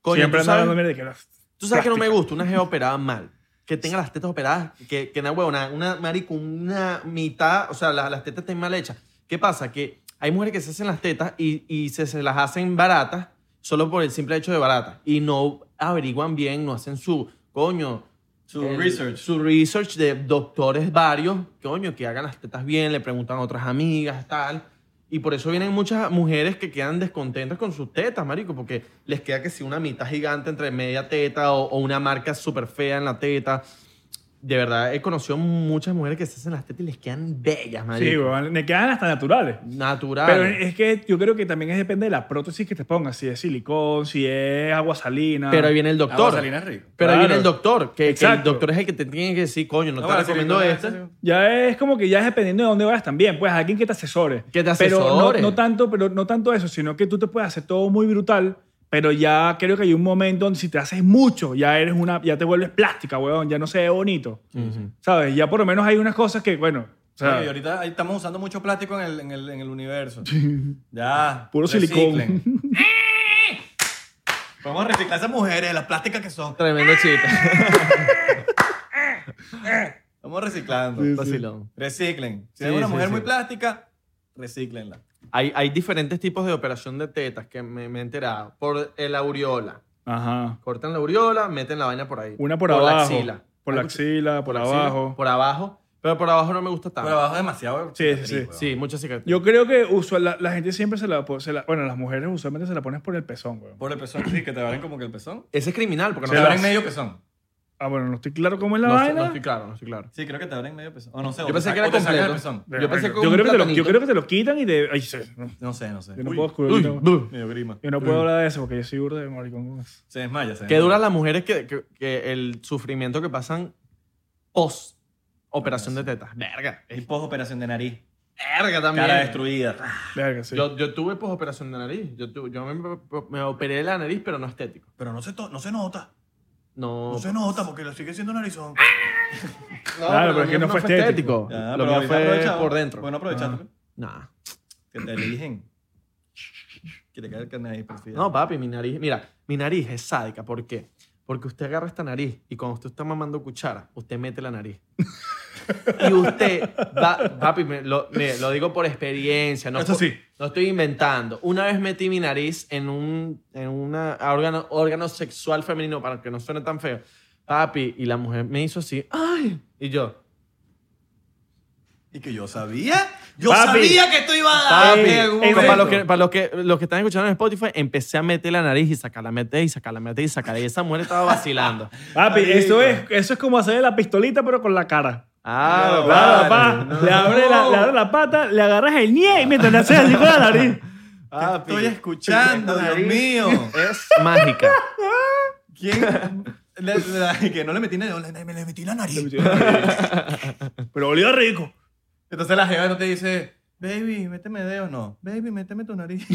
Coño,
Siempre
¿tú
anda
sabes,
hablando mierda de que las-
tú sabes que no me gusta una jeva operada mal. Que tenga las tetas operadas, que, que una huevona, una marico, una mitad, o sea, la- las tetas estén mal hechas. ¿Qué pasa? Que hay mujeres que se hacen las tetas y, y se, se las hacen baratas solo por el simple hecho de baratas. Y no averiguan bien, no hacen su, coño.
Su
el-
research.
Su research de doctores varios, coño, que hagan las tetas bien, le preguntan a otras amigas, tal. Y por eso vienen muchas mujeres que quedan descontentas con sus tetas, marico, porque les queda que si una mitad gigante entre media teta o, o una marca súper fea en la teta. De verdad, he conocido muchas mujeres que se hacen las tetas y les quedan bellas, marico.
Sí, güey, me quedan hasta naturales.
Natural.
Pero eh, es que yo creo que también es depende de la prótesis que te pongas, si es silicón, si es agua salina.
Pero ahí viene el
Doctor.
doctor.
Salina es rico.
Pero ahí viene
Claro.
el doctor, que- que, el
Exacto.
doctor es el que te tiene que decir, coño, no,
No,
te
bueno,
recomiendo
silicona,
este.
sí.
Ya es como que ya es dependiendo de dónde vayas también, pues alguien que te asesore.
Que te
Pero no,
asesore.
no tanto, pero no tanto eso, sino que tú te puedes hacer todo muy brutal, pero ya creo que hay un momento donde si te haces mucho, ya eres una, ya te vuelves plástica, weón, ya no se ve bonito. ¿Sabes? Ya por lo menos hay unas cosas que, bueno, o sea,
Oye, y ahorita ahí estamos usando mucho plástico en el, en el, en el universo. Ya.
puro silicón.
reciclen. Vamos a reciclar esas mujeres, las plásticas que son.
Tremendo chiste.
Estamos reciclando.
Vacilón.
Reciclen. Si
Sí,
hay una
sí,
mujer
sí.
muy plástica, recíclenla.
Hay, hay diferentes tipos de operación de tetas que me, me he enterado. Por el aureola.
Ajá.
Cortan la aureola, meten la vaina por ahí.
Una por,
la
abajo.
axila.
Por la axila, por,
la axila,
abajo.
Por abajo. Pero por abajo no me gusta
Por
tanto.
abajo demasiado.
Sí, sí,
cicatriz,
sí.
weón.
Sí, muchas cicatrices.
Yo creo que usual, la, la gente siempre se la, po- se la- Bueno, las mujeres usualmente se la pones por el pezón, weón.
Por el pezón, sí, que te abren como que el pezón.
Ese es criminal porque
Te
no,
abren
no,
medio pezón.
Ah, bueno, no estoy claro cómo es la
no
vaina.
estoy claro, no estoy claro.
Sí, creo que te abren medio pezón. O no sé. o
Yo
te
pensé
sac-
que era
o te sacan el
completo.
pezón.
Yo pensé que
yo,
un
creo que te lo, yo
platanito-
creo que te lo quitan y te. Ay, sí, no,
No sé, no sé.
yo no
Uy,
puedo descubrir.
Uy,
no.
buh.
Medio grima.
yo no puedo hablar de eso porque yo soy burda de maricón. con eso.
Se desmaya, se
Que
desmaya.
duran las mujeres que, que- que el sufrimiento que pasan post operación de tetas. Verga.
Es post-operación de nariz.
Verga también.
Cara destruida.
Verga, sí.
Yo, yo tuve posoperación de nariz. Yo, tu- yo me, me operé la nariz, pero no estético.
Pero no se, to- no se nota.
No.
No se nota porque lo sigue siendo narizón.
No, lo
Claro, pero es que
mío
no fue estético.
Ya,
lo
pero
mío
ahorita
fue
aprovechamos.
por dentro.
Bueno,
Ah.
aprovechate.
Nah.
Que te eligen. Que te cae el carnet ahí, perfil.
No, papi, mi nariz. Mira, mi nariz es sádica. ¿Por qué? Porque usted agarra esta nariz y cuando usted está mamando cuchara, usted mete la nariz. y usted va. Papi, me- lo, me- lo digo por experiencia. No,
Eso
por-
sí.
No estoy inventando. Una vez metí mi nariz en un en una órgano, órgano sexual femenino para que no suene tan feo. Papi, y la mujer me hizo así. ¡Ay! Y yo.
Y que yo sabía. Yo
Papi.
sabía que esto iba a dar.
Papi,
en algún
ey,
para,
momento.
los que, para los, que, los que están escuchando en Spotify, empecé a meter la nariz y sacarla, meter y sacarla, meter y sacarla. Y esa mujer estaba vacilando.
Papi, eso es, eso es como hacer la pistolita, pero con la cara.
Ah,
No,
claro,
vale.
pa-
Papá, le abres la, le abres la pata, le agarras el nie y mientras le haces así con la nariz.
papi.
Estoy escuchando, Dios mío.
Es mágica.
¿Quién? La- la- que no le metí, la- le- me le metí la nariz.
Pero olía rico.
Entonces la jefa no te dice, baby, méteme dedos. No, baby, méteme tu nariz.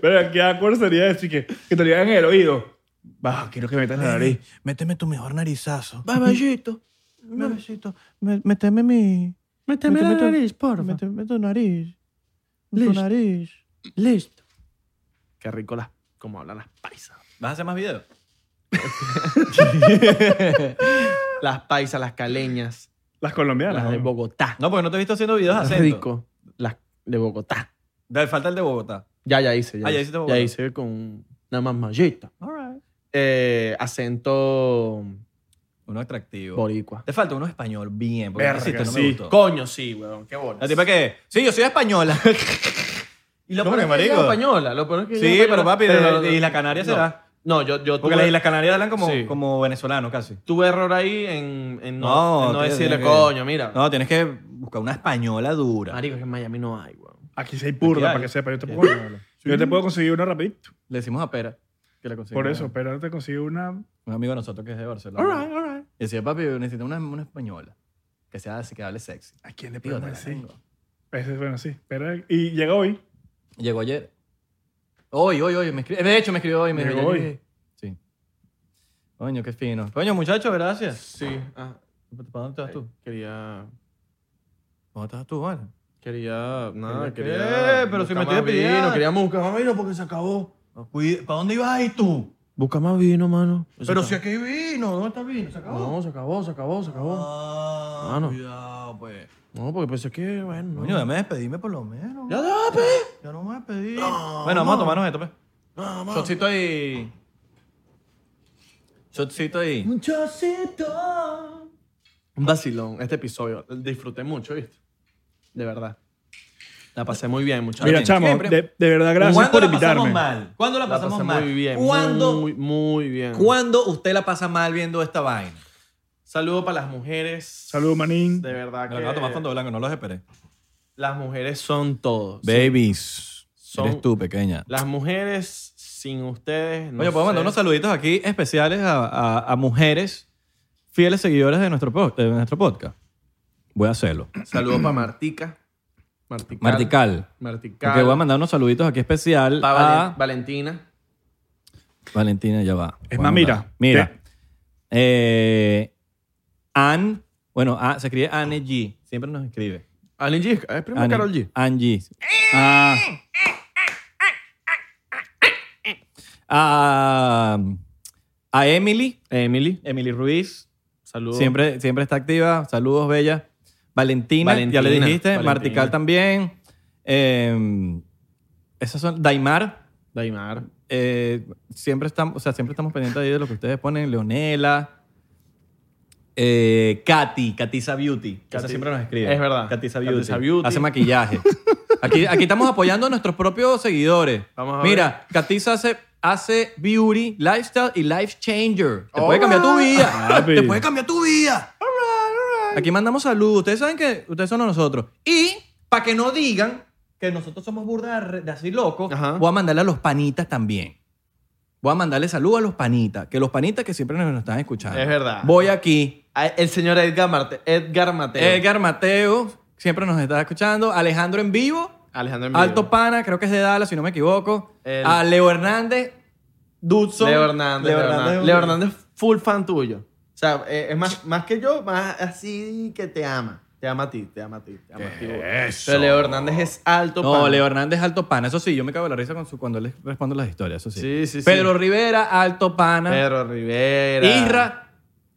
Pero qué acuerdo sería decir que, que te lo digan en el oído. Baja, quiero que me metas
Eh.
la nariz.
Méteme tu mejor narizazo. Baballito. Baballito. me- Méteme mi.
Méteme la
tu-
nariz, porfa.
Méteme tu nariz.
Listo.
Tu nariz.
Listo.
Qué rico las, como hablan las paisas.
¿Vas a hacer más videos?
Las paisas, las caleñas,
Las colombianas.
las de Bogotá.
No, porque no te he visto haciendo videos
Las
acento.
rico. Las de Bogotá.
Da- Falta el de Bogotá.
Ya, ya hice. Ya,
Ah, ya
hice,
hiciste Bogotá.
ya hice con una mamallita. Eh, acento
Uno atractivo.
boricua.
Te falta uno español bien, porque
Verga,
no existe, no
sí.
me gustó.
Coño, sí, weón. Qué bolas.
La tipa que, sí, yo soy española.
Y lo
No,
peor es
hombre,
que ella es
marico.
española. Lo peor es que ella es
sí, pero
española.
papi, de-
Pero-
de Isla Canaria
no.
será.
No, yo, yo
Porque las
tuve,
Islas Canarias hablan como,
Sí.
como venezolanos casi.
tuve error ahí en, en no,
No,
en no
tío,
decirle,
tienes que-
coño, mira.
No, tienes que buscar una española dura.
Marico, es que en Miami no hay, weón.
Aquí se hay purda,
hay.
para que sepa. Yo te, puedo, yo te puedo conseguir una rapidito.
Le decimos a Pera que la conseguimos.
Por eso, pero te consigo una...
Un amigo de nosotros que es de Barcelona. Y decía, papi, necesito una, una española que sea así, que hable sexy.
¿A quién le
Digo,
podemos
te la
decir?
tengo.
Ese es bueno, sí. Pero, y llega hoy.
Llegó ayer. Hoy, hoy, hoy. Me escri- De hecho, me escribió hoy. Me dijo,
Llegó
"Ya
hoy".
llegué". Sí. Coño, qué fino. Coño, muchachos, gracias.
Sí. Ah,
¿Para dónde te vas tú?
quería...
¿Dónde te vas tú, vale?
Quería... Nada,
¿Quería
quería...
qué? Pero si
buscar
me estoy
más
despidiendo.
Vino, queríamos buscar más vino porque se acabó.
¿Para dónde ibas ahí tú?
Busca más vino, mano.
Pero si aquí vino, ¿dónde está vino? ¿Se acabó?
No, se acabó, se acabó, se acabó.
Ah,
Ah, no.
cuidado, pues.
No, porque pensé que, bueno...
Coño, déjame despedirme por lo menos.
¡Ya te vas a pedir!
Ya no me voy a pedir.
bueno, vamos a tomarnos esto, pues.
No, mano.
Shotcito ahí. Shotcito ahí.
Un chocito. Un vacilón, este episodio. Disfruté mucho, ¿viste? De verdad. La pasé muy bien, muchachos.
Mira, chamo,
siempre.
de, de verdad, gracias
¿Cuándo
por
la pasamos
invitarme.
mal? ¿Cuándo la
la pasé
pasamos
muy
mal?
bien.
¿Cuándo,
Muy, muy bien.
¿Cuándo usted la pasa mal viendo esta vaina?
Saludo para las mujeres.
Saludos, manín.
De verdad
Me la voy a tomar
que
fondo blanco, no los esperé.
las mujeres son todo.
Babies,
Son-
eres tú, pequeña.
Las mujeres sin ustedes. No
Oye, puedo
sé.
mandar unos saluditos aquí especiales a, a- a mujeres fieles seguidoras de nuestro, po- de nuestro podcast. Voy a hacerlo.
Saludo para Martica. Martical.
Martical.
Martical.
Porque voy a mandar unos saluditos aquí especial
Pa'
a
Valen- Valentina.
Valentina, ya va.
Es
Voy a
más,
mandar.
mira,
Mira. Eh, Ann, bueno, ah, se escribe Anne G. Siempre nos escribe.
Allen G. Es primo de
Anne-
Carol G.
Ann G.
Ah,
a, Ah, a Emily,
Emily.
Emily Ruiz,
Saludos.
siempre, siempre está activa. Saludos, bella. Valentina,
Valentina,
ya le dijiste.
Valentina.
Martical también. Eh, esas son. Daimar,
Daimar.
eh, siempre, estamos, o sea, siempre estamos pendientes ahí de lo que ustedes ponen. Leonela. Eh, Katy, Katisa Beauty. Esa
Katy-
siempre nos escribe.
es verdad.
Katisa Beauty.
Katisa Beauty.
Hace maquillaje. Aquí, aquí estamos apoyando a nuestros propios seguidores.
Vamos a
Mira, Katisa hace, hace beauty, lifestyle y life changer. Te puede cambiar tu vida.
papi.
Te puede cambiar tu vida.
Aquí mandamos salud. Ustedes saben que ustedes son nosotros. Y para que no digan que nosotros somos burda de re- de así locos,
Ajá.
voy a mandarle a los panitas también. Voy a mandarle salud a los panitas, que los panitas que siempre nos nos están escuchando.
Es verdad.
Voy aquí.
A- El señor Edgar, Marte- Edgar Mateo.
Edgar Mateo, siempre nos está escuchando. Alejandro en vivo.
Alejandro Emilio.
Alto Pana, creo que es de Dallas, si no me equivoco.
El-
A Leo Hernández. Dudson.
Leo Hernández. Leo Hernández.
Hernández.
Leo Hernández, full fan tuyo. O sea, eh, es más, más que yo, más así que te ama. Te ama a ti, te ama a ti, te ama a ti. Pero Leo Hernández es alto.
No,
pana.
Leo Hernández Alto Pana. Eso sí, yo me cago en la risa con su, cuando él responde las historias. Eso sí.
Sí, sí, sí.
Pedro Rivera, Alto Pana.
Pedro Rivera.
Isra,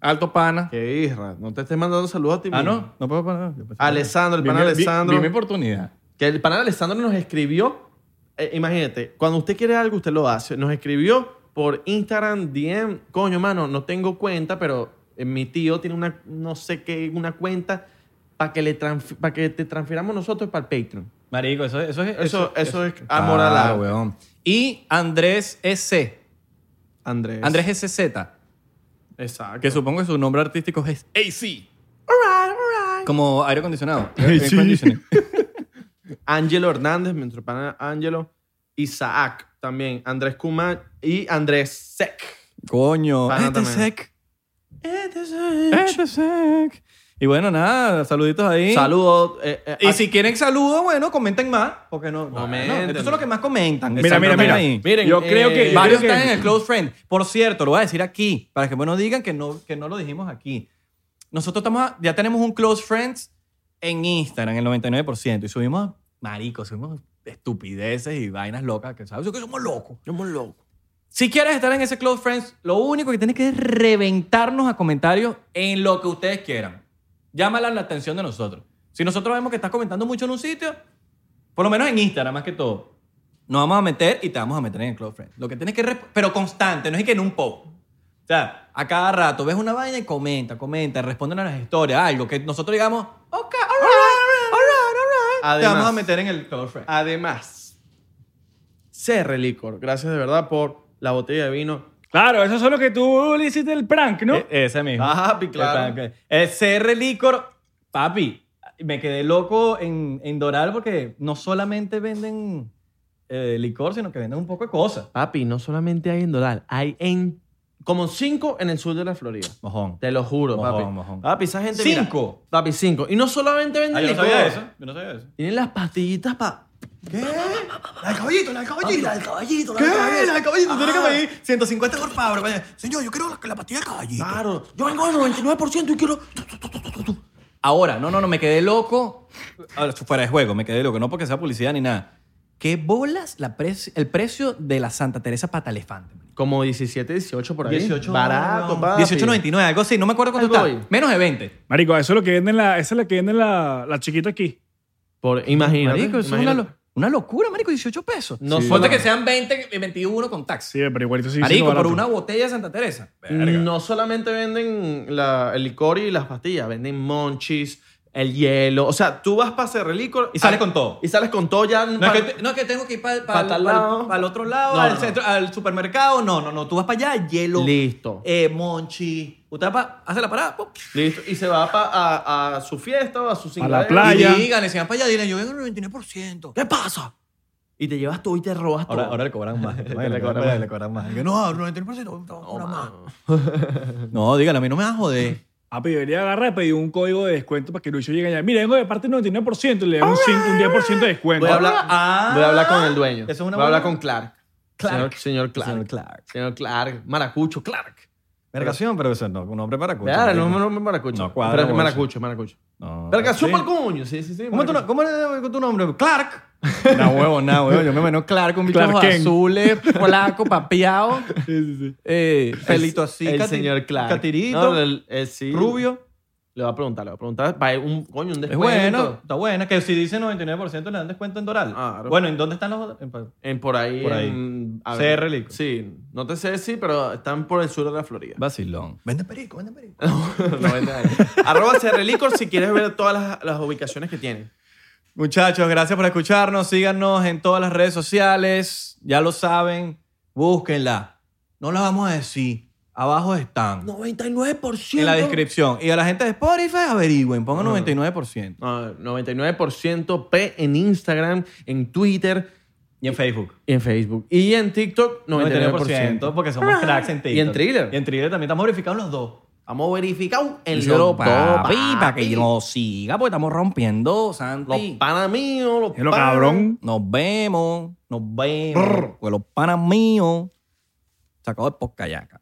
Alto Pana.
¿Qué Isra? No te estés mandando saludos a ti
Ah,
mismo.
no, no puedo poner.
Alessandro, el pana
Vi mi- vi-
Alessandro.
Vi, mi oportunidad.
Que el pana Alessandro nos escribió. eh, imagínate, cuando usted quiere algo, usted lo hace. Nos escribió por Instagram, DM. Coño, mano, no tengo cuenta, pero eh, mi tío tiene una, no sé qué, una cuenta. para que, le transf- pa' que te transfiramos nosotros para el Patreon.
Marico, eso, eso Ah, es.
Eso, eso, es amor al
Claro,
arte.
weón. Y Andrés S.
Andrés.
Andrés SZ.
Exacto.
Que supongo que su nombre artístico es AC. Como aire acondicionado.
AC.
Air conditioning.
Ángelo Hernández, mi otro pana Ángelo. Isaac también. Andrés Kumán y Andrés Sec.
Coño.
Pana
Este
también.
sec. Este sec. Y bueno, nada, saluditos ahí.
Saludos. eh, eh,
Y
a-
si quieren saludos, bueno, comenten más. Porque no. no,
Comenten.
no, estos son los que más comentan.
Mira, mira, mira.
Ahí.
Miren,
yo
eh,
creo que. yo
Varios
creo que-
están en el Close Friend. Por cierto, lo voy a decir aquí, para que bueno digan que no, que no lo dijimos aquí. Nosotros estamos a- ya tenemos un Close Friends en Instagram, el 99%. Y subimos maricos, subimos estupideces y vainas locas, que sabes que somos locos.
Somos locos.
Si quieres estar en ese Close Friends, lo único que tienes que es reventarnos a comentarios en lo que ustedes quieran. Llámala la atención de nosotros. Si nosotros vemos que estás comentando mucho en un sitio, por lo menos en Instagram más que todo, nos vamos a meter y te vamos a meter en el Close Friends. Lo que tienes que... resp- Pero constante, no es que en un post. O sea, a cada rato ves una vaina y comenta, comenta, responden a las historias, algo que nosotros digamos, ok, alright,
¡ah!
alright, alright. Te
Además- Ah,
vamos a meter en el Close Friends.
Además, CR Licor. Gracias de verdad por la botella de vino.
Claro, eso es lo que tú le hiciste el prank, ¿no?
E- ese mismo.
Ah, papi, claro.
Está, ok. El CR Licor, papi, me quedé loco en, en Doral porque no solamente venden eh, licor, sino que venden un poco de cosas.
Papi, no solamente hay en Doral, hay en como cinco en el sur de la Florida.
Mojón.
Te lo juro,
Mojón,
papi.
mojón.
Papi, esa gente. mira,
Cinco. Ah,
papi, cinco. Y no solamente
Ah,
venden licor.
Yo no sabía eso.
Tienen las pastillitas para.
¿Qué? La del caballito, la del caballito.
el caballito,
¿Qué?
caballito.
La del caballito. Tiene que
Ah.
pedir 150 por favor. vaya. Señor, yo quiero la, la pastilla del caballito.
Claro.
Yo vengo al 99% y quiero.
Ahora, no, no, no, me quedé loco. Ahora, Fuera de juego, me quedé loco. No porque sea publicidad ni nada. ¿Qué bolas la pre- el precio de la Santa Teresa pata elefante? marico?
Como 17, 18 por ahí.
18,
Barato,
no,
papi.
18.99, algo así. No me acuerdo cuánto
Algo
está.
ahí.
Menos de 20.
Marico, eso es lo que venden la, esa es la que venden la, la chiquita aquí.
Por, imagínate.
Marico, eso es una,
imagínate.
lo- una locura, marico, 18 pesos.
No
Sí.
solo-
Ponte que sean 20 y 21 con taxi.
Sí, pero igualito sí.
marico, por
siendo barato.
una botella de Santa Teresa.
Mm. No solamente venden la- el licor y las pastillas, venden monchis, el hielo. O sea, tú vas para hacer licor ah,
Y sales con todo.
Y sales con todo ya.
No es,
pa-
que, te- no es que tengo que ir para
Pa' tal lado.
el otro lado,
No,
al,
no, no.
centro- al supermercado. No, no, no. Tú vas para allá, hielo.
Listo.
Eh, monchi. Usted va pa- hace la parada. pum.
Listo. Y se va pa- a, a su fiesta o a su
la
cingadera.
playa.
Y díganle, si van para allá, dile, yo vengo al 99%.
¿Qué pasa?
Y te llevas todo y te robas todo.
le cobran más.
Le cobran más.
cobran más.
Que no, 99%. No, una más.
No, díganle, a mí no me vas a joder.
Ah, pero debería agarrar y pedir un código de descuento para que Lucho llegue allá. Mira, vengo de parte del 99% y le damos un, cinco- un 10% de descuento.
Voy a hablar,
Ah.
voy a hablar con el dueño.
Eso es una
voy a hablar
buena-
con Clark.
Clark.
Señor, señor Clark.
Señor Clark.
Señor Clark. Maracucho, Clark.
Vergación, pero eso no, un hombre para cucho.
Claro, no,
marico.
no, no, maracucho.
No cuadra,
Pero
bolsa.
maracucho, maracucho.
No,
Vergación
sí.
pa'l coño. Sí, sí, sí.
¿Cómo, tu,
maracucho.
¿Cómo era tu nombre? Clark. No, huevo, no, huevo. Yo me imagino Clark, un bicho
Clark Kent.
azules, polaco, papiado, eh, pelito así,
El
cati-
señor Clark.
catirito,
No, el- el- sí.
rubio.
Le voy a preguntar, le voy a preguntar. Va, un, coño, un
Es
descuento.
bueno, está bueno. Que si dice 99% le dan descuento en Doral.
Claro.
Bueno, ¿en dónde están los otros? En-
En, por ahí.
Por ahí.
en- a ver,
CR Lico.
Sí. No te sé si, pero están por el sur de la Florida.
Vacilón.
Venden perico, venden perico.
No, vente ahí. Arroba CR Licor si quieres ver todas las, las ubicaciones que tienen.
Muchachos, gracias por escucharnos. Síganos en todas las redes sociales. Ya lo saben. Búsquenla. No la vamos a decir. Abajo están.
99%.
En la descripción. Y a la gente de Spotify, averigüen. Pongan 99%.
Ah, 99% P en Instagram, en Twitter
Y en Facebook.
y en Facebook. Y en TikTok, 99%.
99%, porque somos cracks en TikTok.
Y en Thriller.
Y en Thriller también estamos verificados los dos.
Vamos verificado en
El
los dos,
para
papi.
que lo siga, porque estamos rompiendo,
Los
Santi.
panas míos, los
Es lo
panas.
cabrón.
Nos vemos, nos vemos. Con los panas míos. Se acabó el podcast ya, cabrón.